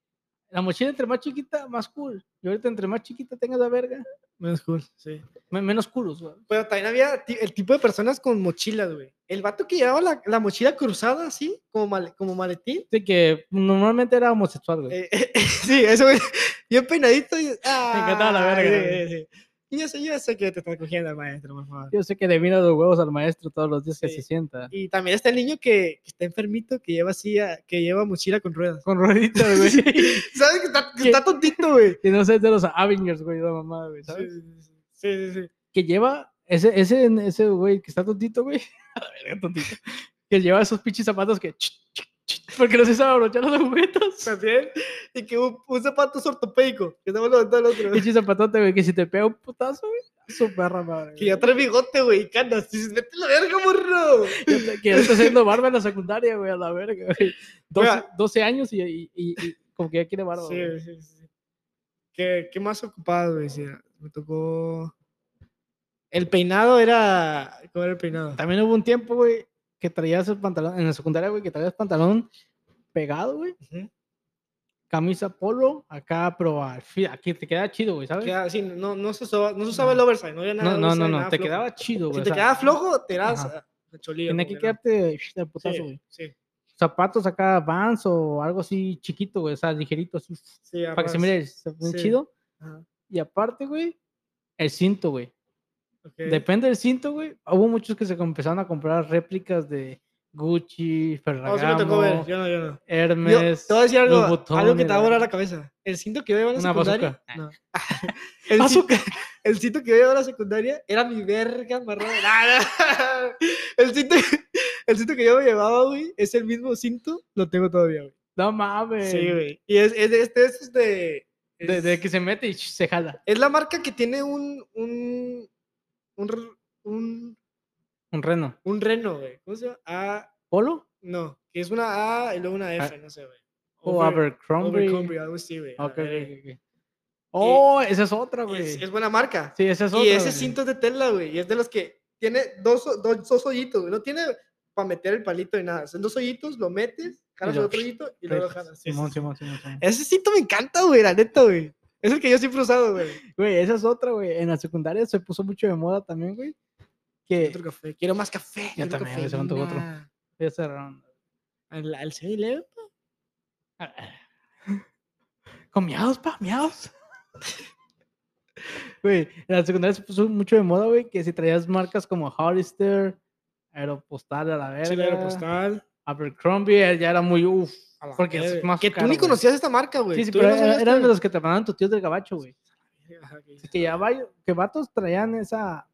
B: La mochila entre más chiquita, más cool. Y ahorita entre más chiquita tengas la verga,
A: Menos cool, sí.
B: me- menos culos, güey.
A: Pero también había ti- el tipo de personas con mochilas, güey. El vato que llevaba la, la mochila cruzada así, como, male- como maletín.
B: De que normalmente era homosexual, güey.
A: eh, eh, sí, eso, güey. Bien peinadito. Y,
B: encantaba la
A: ah,
B: verga,
A: sí,
B: güey.
A: sí, sí. Y yo sé, yo sé que te están cogiendo al maestro, por favor.
B: Yo sé que le mira los huevos al maestro todos los días que
A: Sí.
B: se sienta.
A: Y también está el niño que, que está enfermito, que lleva silla, que lleva mochila con ruedas.
B: Con rueditas, güey.
A: ¿Sabes? Que está, que
B: ¿Qué?
A: está tontito, güey.
B: Que no sé, es de los Avengers, güey, la mamá, güey,
A: Sí,
B: ¿sabes?
A: sí, sí, sí, sí.
B: Que lleva ese, ese, ese güey que está tontito, güey. A la verga, tontito. Que lleva esos pinches zapatos que... ch, ch, ch, Porque no se sabe abrochar los agujetas.
A: También. Y que un, un zapato es ortopédico, que estamos levantando el otro.
B: Pinche zapatote, güey, que si te pega un putazo, güey, su perra madre.
A: Que ya
B: güey.
A: trae bigote, güey, y canas. Dices, vete a la verga, morro.
B: Ya te- que ya está haciendo barba en la secundaria, güey, a la verga, güey. 12,
A: Oiga.
B: 12 años y, y- y- y como que ya quiere barba, güey.
A: Sí, sí, sí. ¿Qué, qué más ocupado, güey? Sí, me tocó. El peinado era. ¿Cómo era el peinado?
B: También hubo un tiempo, güey, que traías el pantalón, en la secundaria, güey, que traías pantalón pegado, güey,
A: Ujú.
B: camisa polo, acá, pero al fi- aquí te quedaba chido, güey, ¿sabes?
A: Queda- sí, no, no se usaba, no se usaba
B: Ajá.
A: el oversize, no había nada.
B: no,
A: de
B: no, no,
A: oversize,
B: no,
A: nada
B: te
A: flojo.
B: quedaba chido, güey.
A: Si
B: o
A: te
B: sea,
A: quedaba flojo, te eras
B: Ajá.
A: a- a cholillo,
B: Tenía
A: como
B: que
A: era.
B: quedarte de putazo,
A: Sí,
B: güey.
A: sí,
B: Zapatos acá, Vans o algo así chiquito, güey, o sea, ligerito, así,
A: sí,
B: para que se
A: además.
B: mire se ve
A: Sí.
B: chido.
A: Ajá,
B: Y aparte, güey, el cinto, güey.
A: ok.
B: Depende del cinto, güey. Hubo muchos que se empezaron a comprar réplicas de Gucci,
A: No, sí me tocó ver,
B: Ferragamo,
A: yo no, yo no. Yo,
B: Hermes.
A: te voy a decir algo,
B: Louis Vuitton
A: algo que
B: y
A: te va
B: la
A: a volar
B: verga.
A: la cabeza. El cinto que yo llevaba en la
B: Una
A: secundaria.
B: bazooka.
A: No. El cinto-
B: Bazooka.
A: El cinto que yo llevaba a la secundaria era mi verga amarrada. Nah, nah. El cinto, el cinto que yo me llevaba, güey, es el mismo cinto, lo tengo todavía, güey.
B: No mames.
A: Sí, güey. Y es, es de este es de,
B: De,
A: es-
B: de que se mete y ch, se jala.
A: es la marca que tiene un un un r- un,
B: Un reno.
A: un reno, güey. ¿Cómo se llama? A
B: ¿Polo?
A: no, que es una A y luego una F, no sé, güey.
B: O
A: Over-
B: Ah. Oh, Abercrombie.
A: Overcrombie, algo así, güey. a la
B: Ok, ok,
A: verga.
B: ok, ok. Oh, esa es otra, güey.
A: Es, es buena marca.
B: Sí, esa es otra.
A: Y ese
B: güey.
A: cinto es de tela, güey. Y es de los que tiene dos, ho- dos, dos hoyitos, güey. No tiene para meter el palito y nada. Son dos hoyitos, lo metes, jalas el
B: lo-
A: otro hoyito y luego lo
B: Réplicas.
A: jalas. Sí, sí,
B: Simón,
A: sí.
B: Simón, Simón, Simón.
A: Ese cinto me encanta, güey, la neta, güey. Es el que yo siempre he usado, güey.
B: Güey, esa es otra, güey. En la secundaria se puso mucho de moda también, güey. Que
A: Otro café. Quiero más café. quiero
B: también, güey, se me antojó otro.
A: cafeína.
B: ya cerraron.
A: ¿Al, al 7-Eleven?
B: Con miados, pa, miados. Güey, en la secundaria se puso mucho de moda, güey, que si traías marcas como Hollister, Aeropostal a la verga.
A: Chile Aeropostal.
B: Abercrombie eh, ya era muy uff.
A: A la
B: Porque es
A: verga.
B: más
A: que tú
B: caro,
A: ni
B: güey.
A: conocías esta marca, güey.
B: Sí, sí,
A: Tú
B: pero
A: no
B: era-
A: sabías
B: eran,
A: que-
B: de los que te mandaban tus tíos del gabacho, güey.
A: Ajá, que-
B: Que ya va- que vatos traían esa,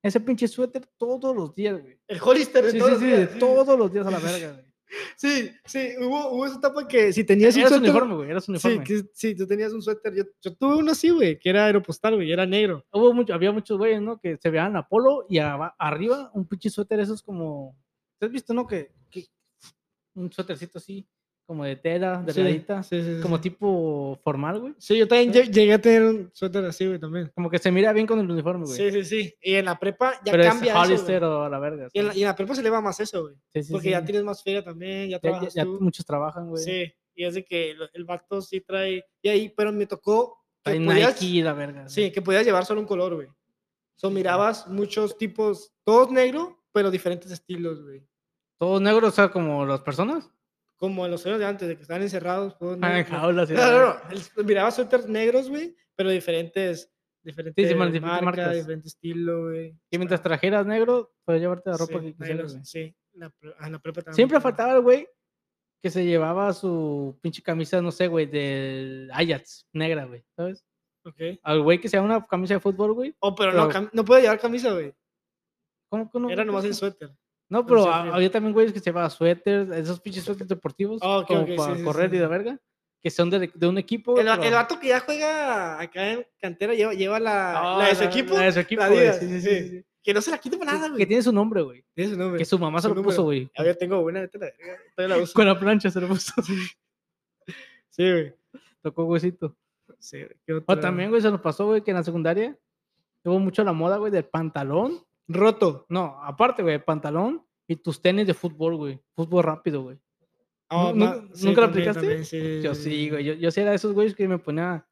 B: ese pinche suéter todos los días, güey.
A: El Hollister de
B: Sí, sí,
A: todos los
B: sí,
A: días,
B: de todos los días a la verga, güey.
A: Sí, sí, hubo, hubo esa etapa que si tenías un
B: Era su
A: suéter...
B: uniforme, güey, era su
A: Sí,
B: uniforme.
A: que- sí, tú tenías un suéter. Yo, yo tuve uno así, güey, que era aeropostal, güey, era negro.
B: Hubo mucho, había muchos güeyes, ¿no? Que se veían a polo y aba- arriba un pinche suéter, esos como... ¿Te has visto, no? Que, que un suétercito así, como de tela,
A: Sí,
B: delgadita,
A: Sí, sí, sí.
B: como tipo formal, güey.
A: Sí, yo también lle- llegué a tener un suéter así, güey, también.
B: Como que se mira bien con el uniforme, güey.
A: Sí, sí, sí. Y en la prepa ya
B: Pero
A: cambia
B: es
A: eso, güey.
B: Hollister o la verga.
A: Y en, la,
B: ¿sabes?
A: y en la prepa se le va más eso, güey.
B: Sí, sí,
A: Porque
B: sí.
A: ya tienes más feria también, ya
B: Ya- ya-
A: trabajas
B: ya
A: tú.
B: muchos trabajan, güey.
A: Sí, y es de que lo- el vato sí trae. Y ahí, pero me tocó que
B: Hay
A: podías,
B: Nike, la verga.
A: sí, que podías llevar solo un color, güey. O sea,
B: Sí, sí.
A: mirabas muchos tipos, todos negro, pero diferentes estilos, güey.
B: Todos negros, o sea, como las personas.
A: Como en los años de antes, de que estaban encerrados. todos
B: Ah, en
A: negros.
B: jaulas. y
A: No,
B: la
A: no,
B: verga.
A: no. el- mirabas suéteres negros, güey, pero diferentes. Diferentes
B: man,
A: marcas,
B: diferentes marcas.
A: diferente estilo, güey.
B: Y mientras trajeras negro, podías llevarte la
A: Sí,
B: ropa que
A: ahí
B: quisieras,
A: los-
B: güey.
A: sí, la pre- ah, la prepa también
B: Siempre
A: me tocó.
B: faltaba el güey que se llevaba su pinche camisa, no sé, güey, del Ajax, negra, güey, ¿sabes?
A: Ok.
B: Al güey que se llevaba una camisa de fútbol, güey.
A: Oh, pero
B: Pero-
A: no, cam- no podía llevar camisa, güey.
B: ¿Cómo que no?
A: Era
B: güey?
A: nomás el
B: Pues,
A: suéter.
B: No,
A: pero
B: pero
A: hacía
B: a-
A: frío.
B: había también güeyes que se llevaban suéteres, esos pinches suéteres deportivos,
A: Ah, ok,
B: como
A: ok, sí,
B: para
A: sí, sí,
B: correr y
A: sí.
B: la verga, que son de, de un equipo.
A: El, va-
B: pero-
A: el vato que ya juega acá en cantera lleva, lleva la,
B: Ah,
A: la de su equipo,
B: La de su equipo,
A: la
B: güey,
A: Adidas,
B: sí, sí, sí,
A: sí.
B: sí, sí.
A: que no se la quita para nada,
B: Que-
A: güey.
B: Que tiene su nombre, güey.
A: Tiene su nombre.
B: Que su mamá se
A: Su
B: lo puso,
A: número.
B: güey.
A: Ah, yo tengo una, vete a la verga, todavía la uso.
B: Con la plancha se lo puso.
A: Sí, güey.
B: Tocó huesito.
A: Sí, güey, ¿qué
B: O
A: otra?
B: Ah, también, güey, se nos pasó, güey, que en la secundaria tuvo mucho la moda, güey, del pantalón.
A: Roto.
B: No, aparte, güey, pantalón y tus tenis de fútbol, güey. Fútbol rápido, güey.
A: Ah,
B: ¿Nu-
A: ma-
B: nu- nunca lo
A: también,
B: aplicaste?
A: también, sí,
B: Yo sí, güey. Yo, yo sí era de esos güeyes que me ponía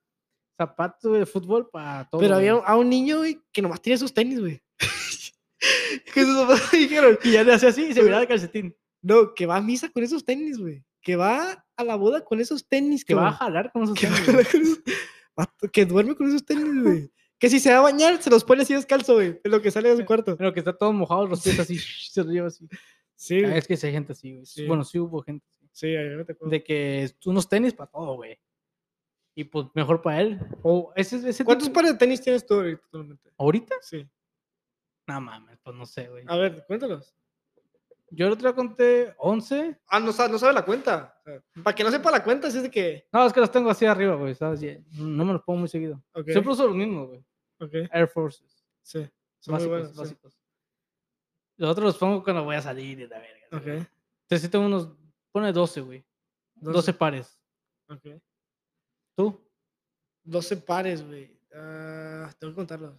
B: zapatos de fútbol para todo.
A: Pero
B: güey.
A: había un- a un niño, güey, que nomás tiene sus tenis, güey. que sus papás dijeron,
B: Y ya le hacía así y se miraba el calcetín.
A: no, que va a misa con esos tenis, güey. Que va a la boda con esos tenis.
B: Que va
A: cabrón.
B: a jalar con esos
A: que,
B: tenis,
A: va
B: güey.
A: con esos- vato, que duerme con esos tenis, güey. Que si se va a bañar, se los pone así descalzo, güey. En lo que sale de su cuarto.
B: Pero que está todo mojado, los pies así, se lo lleva así.
A: Sí,
B: Ah, Es que sí hay gente así, güey.
A: Sí.
B: Bueno, sí hubo gente así.
A: sí, a mí me tocó.
B: de que es unos tenis para todo, güey. Y pues mejor para él. O ese, ese
A: ¿Cuántos
B: tipo-
A: pares de tenis tienes tú ahorita actualmente?
B: ¿Ahorita?
A: Sí.
B: No mames, pues no sé, güey.
A: A ver, cuéntalos.
B: Yo el otro día conté 11.
A: Ah, no, sa- no sabe la cuenta. O sea, Para que no sepa la cuenta, sí es de que.
B: No, es que los tengo así arriba, güey, ¿sabes? Ya- No me los pongo muy seguido.
A: Ok,
B: Siempre uso los mismos, güey.
A: ok,
B: Air Forces.
A: sí. Son muy
B: Básicos,
A: buenos. sí.
B: básicos. Los otros los pongo cuando voy a salir y la verga.
A: Ok.
B: ¿sabes? Entonces sí tengo unos... Pone 12, güey. 12.
A: 12,
B: pares.
A: ok.
B: ¿Tú?
A: 12 pares, güey. Ah, tengo que contarlos.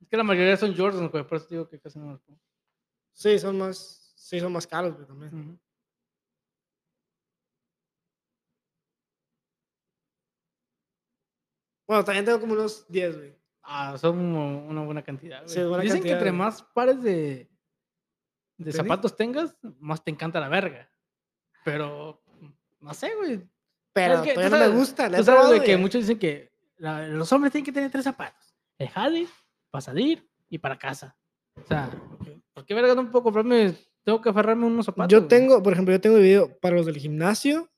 B: Es que la mayoría son Jordans, güey. Por eso te digo que casi no me los pongo.
A: Sí, son más. Sí, son más caros, güey, también.
B: Ujú.
A: Bueno, también tengo como unos 10, güey.
B: Ah, son un- una buena cantidad. güey.
A: Sí, es buena
B: Dicen que
A: cantidad,
B: entre
A: güey.
B: más pares de, de
A: tenis?
B: zapatos tengas, más te encanta la verga. Pero, no sé, güey.
A: Pero
B: Es que tú
A: todavía no me
B: sabes-
A: gusta. la he
B: Tú sabes
A: probado
B: de que
A: y-
B: muchos dicen que la- los hombres tienen que tener tres zapatos. El jale, para salir y para casa. O sea, ¿por qué verga no puedo comprarme? Tengo que aferrarme a unos zapatos.
A: Yo
B: güey?
A: tengo, por ejemplo, yo tengo video para los del gimnasio,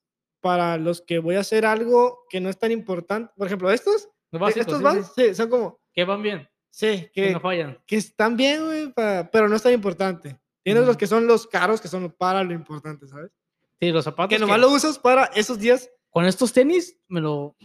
A: para los que voy a hacer algo que no es tan importante. Por ejemplo, estos,
B: Los
A: de-
B: básicos,
A: estos
B: sí,
A: van,
B: sí,
A: sí, son como,
B: Que van bien,
A: sí,
B: que
A: que,
B: no fallan.
A: que están bien, güey, pa- pero no es tan importante. Tienes los
B: Ujú.
A: que son los caros, que son para lo importante, ¿sabes?
B: Sí, los zapatos.
A: Que
B: pues que-
A: nomás lo usas para esos días.
B: con estos tenis me lo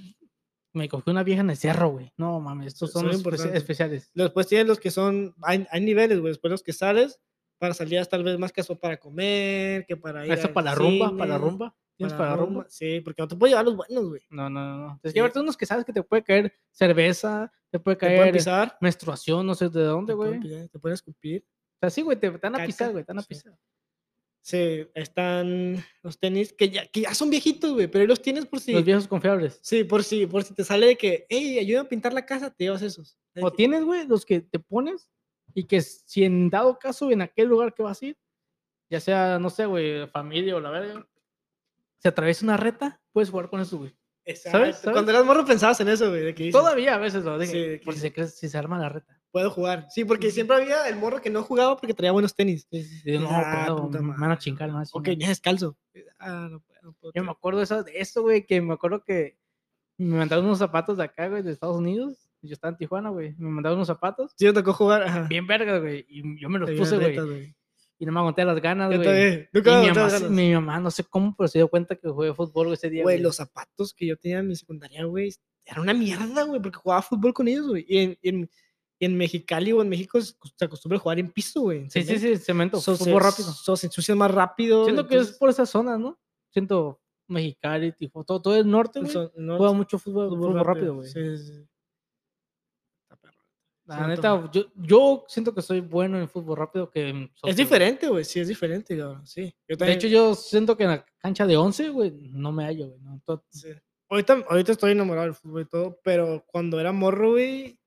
B: me cogió una vieja en el cerro, güey. No mames, estos son,
A: Son
B: los espe-
A: importantes.
B: especiales.
A: Después tienes los que son, hay, hay niveles, güey, después los que sales para salidas tal vez más casual para comer, que para ir
B: Esto
A: al
B: para la rumba, para la
A: cine,
B: rumba. ¿Tienes para,
A: para
B: la
A: rumba.
B: rumba?
A: Sí, porque no te puedes llevar los buenos, güey.
B: No, no, no, no. Tienes que
A: Sí.
B: llevarte unos que sabes que te puede caer cerveza, te puede
A: Te pueden
B: caer
A: pisar.
B: menstruación, no sé de dónde,
A: te pueden
B: güey. O
A: pisar, Te pueden escupir.
B: sea, sí, güey, te, te van a
A: Caca,
B: pisar, güey, te van a
A: sí.
B: pisar.
A: Sí, están los tenis que ya, que ya son viejitos, güey, pero ahí los tienes por si.
B: Los viejos confiables.
A: Sí, por si, por si te sale de que, hey, ayúdame a pintar la casa, te llevas esos. Ahí
B: O
A: que-
B: tienes, güey, los que te pones y que si en dado caso en aquel lugar que vas a ir, ya sea, no sé, güey, familia o la verga, se atraviesa una reta, puedes jugar con eso, güey.
A: Exacto,
B: ¿sabes?
A: Cuando eras morro pensabas en eso, güey, de que dices,
B: Todavía a veces lo dije.
A: Sí, de
B: por
A: que-
B: si se, cre- si se arma la reta.
A: Puedo jugar. Sí, porque siempre había el morro que no jugaba porque traía buenos tenis.
B: Y yo, no,
A: Ah,
B: puedo,
A: puta
B: me van a chingar, me van a
A: Ok,
B: chingar.
A: ya descalzo. Ah, no puedo. no puedo
B: Yo me
A: tirar.
B: acuerdo esa- de eso, güey, que me acuerdo que me mandaron unos zapatos de acá, güey, de Estados Unidos. Yo estaba en Tijuana, güey. Me mandaron unos zapatos.
A: Sí, me tocó jugar. Ajá.
B: Bien vergas, güey. Y yo me los
A: Te
B: puse,
A: vienen retas,
B: güey.
A: güey.
B: Y no me aguanté las ganas,
A: Yo
B: güey.
A: también.
B: Y
A: Nunca me
B: mi mamá,
A: aguantaron
B: se-
A: ganas.
B: mi mamá, no sé cómo, pero se dio cuenta que jugué fútbol güey, ese día.
A: Güey, los zapatos que yo tenía en mi secundaria, güey, era una mierda, güey, porque jugaba fútbol con ellos, güey. Y en, y en, y en Mexicali o en México se acost- se acostumbra a jugar en piso, güey. en
B: Sí, sí,
A: cemento.
B: sí, cemento.
A: So,
B: fútbol
A: se-
B: rápido.
A: so, se ensucian más rápido.
B: Siento que es
A: entonces,
B: por esas zonas, ¿no? Siento Mexicali, tipo, todo, todo el norte, güey.
A: so- no,
B: Juega
A: es
B: mucho fútbol, fútbol rápido, güey.
A: Sí, sí, sí. Está perro.
B: La
A: se me
B: neta,
A: antoja.
B: yo, yo siento que soy bueno en fútbol rápido que en soccer, güey.
A: Es diferente, güey. Sí, es diferente, cabrón. Sí. Yo
B: De hecho, yo siento que en la cancha de 11, güey, no me hallo, güey. no, to-
A: Sí. Ahorita, ahorita estoy enamorado del fútbol y todo, pero cuando era morro, güey,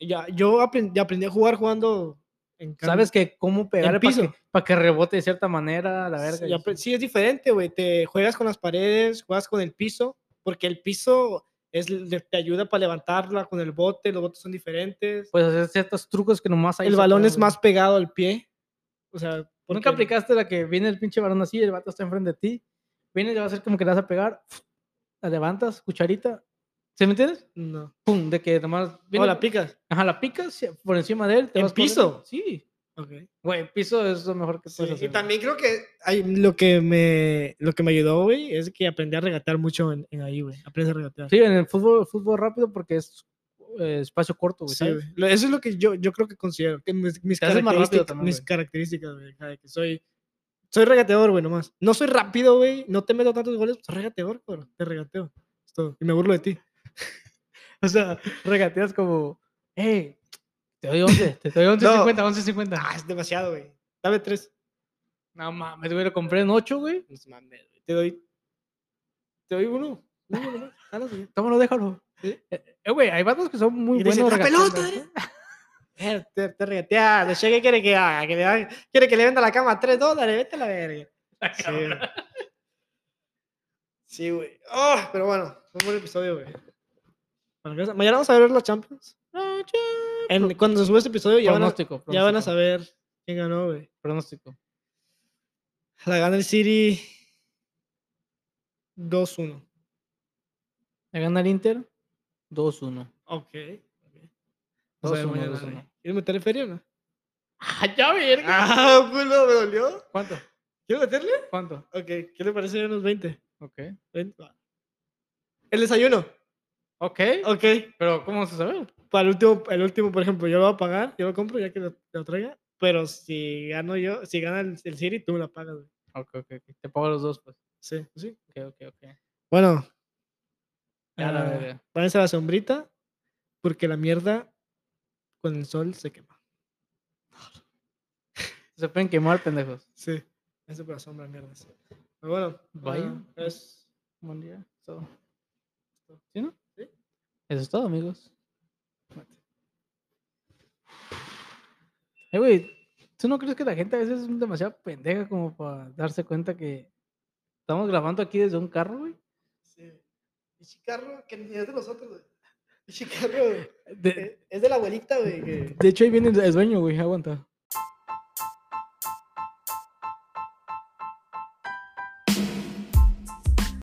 A: ya, yo aprendí, aprendí a jugar jugando en can-
B: Sabes que cómo pegarle para
A: piso.
B: que, pa' que rebote de cierta manera, la
A: Sí,
B: verga. y
A: ya
B: eso.
A: apre- sí, es diferente, güey. Te juegas con las paredes, juegas con el piso, porque el piso es, le- te ayuda para levantarla con el bote, los botes son diferentes.
B: Puedes hacer ciertos trucos que nomás Pues, ahí
A: el
B: se
A: balón
B: puede,
A: es
B: güey.
A: más pegado al pie. O sea, porque-
B: Nunca aplicaste la que viene el pinche balón así, el vato está enfrente de ti. Viene, le va a hacer como que le vas a pegar. La levantas, cucharita. ¿Se me entiendes?
A: No.
B: Pum, de que nomás.
A: O
B: viene-
A: la picas.
B: Ajá, la picas por encima de él. Te
A: ¿En
B: vas
A: piso?
B: corriendo. Sí.
A: Ok.
B: Güey, piso es lo mejor que
A: Sí,
B: puedes hacer.
A: y
B: güey.
A: también creo que hay- lo que me lo que me ayudó, güey, es que aprendí a regatear mucho en, en ahí, güey. Aprendí a regatear.
B: Sí, en el fútbol, fútbol rápido porque es eh, espacio corto, güey.
A: Sí,
B: ¿sabes?
A: güey. Lo- Eso es lo que yo, yo creo que considero. Que mis, mis
B: Te haces más rápido
A: características,
B: también,
A: mis
B: güey.
A: características, güey, ajá, de que soy, soy regateador, güey, nomás. No soy rápido, güey. No te meto tantos goles. Soy regateador, cabrón. Te regateo. Es todo. Y me burlo de ti. o sea,
B: Regateas como, hey, te doy 11, te doy 11.50, 11.50.
A: ah, es demasiado, güey. Dame tres.
B: No mames, güey, lo compré en 8, güey.
A: No mames, güey. Te doy. Te doy uno. Uno nomás. Jalas, güey.
B: Tómalo, déjalo.
A: Sí.
B: Eh, eh, güey, hay vatos que son muy
A: Y te "Ah, dicen,
B: buenos
A: "La
B: regateando,
A: pelota,
B: güey.
A: Eh, Te, te regatea. No sé qué quiere que haga. Que le haga- quiere que le venda la cama a tres dólares. Vete a la verga. Sí, güey. Sí, güey. Ah, pero bueno, fue un buen episodio, güey. Bueno, gracias. Mañana vamos a ver la Champions.
B: Ah, chao.
A: En- cuando se sube este episodio ya van a,
B: Pronóstico,
A: ya van a
B: pronóstico,
A: saber quién ganó, güey.
B: Pronóstico.
A: La gana el City 2-1.
B: Le gana el Inter 2-1.
A: Ok. Vamos a
B: Dos
A: ver
B: uno,
A: mañana,
B: dos
A: güey.
B: uno.
A: ¿Quieres meterle feria o no?
B: ¡Ah, ya, verga!
A: ¡Ah, culo! ¿Me dolió?
B: ¿Cuánto?
A: ¿Quieres meterle?
B: ¿Cuánto?
A: Ok, ¿qué le parece unos 20?
B: Ok.
A: 20, va. El desayuno.
B: Ok,
A: Ok.
B: pero ¿cómo se sabe?
A: para el último, el último, por ejemplo, yo lo voy a pagar, yo lo compro ya que lo, lo traiga, pero si gano yo, si gana el, el City, tú me la pagas, güey.
B: Ok, ok, ok. Te pago los dos, pues.
A: Sí, sí.
B: Ok, ok, ok.
A: Bueno,
B: Ya la
A: ah,
B: verga.
A: váyanse a la sombrita, porque la mierda con el sol se quema.
B: Se pueden quemar, pendejos.
A: Sí, eso por la sombra, mierda. sí. Pero bueno,
B: Vaya.
A: ah, es-
B: pues, Buen día. So. ¿Sí, no?
A: Sí.
B: Eso es todo, amigos. Eh, güey, ¿tú no crees que la gente a veces es demasiado pendeja como para darse cuenta que estamos grabando aquí desde un carro, güey?
A: sí. Y Chicarro, que ni es de nosotros, güey. Y Chicarro,
B: De,
A: eh, es de la abuelita, güey. que-
B: de hecho, ahí viene el dueño, güey, aguanta.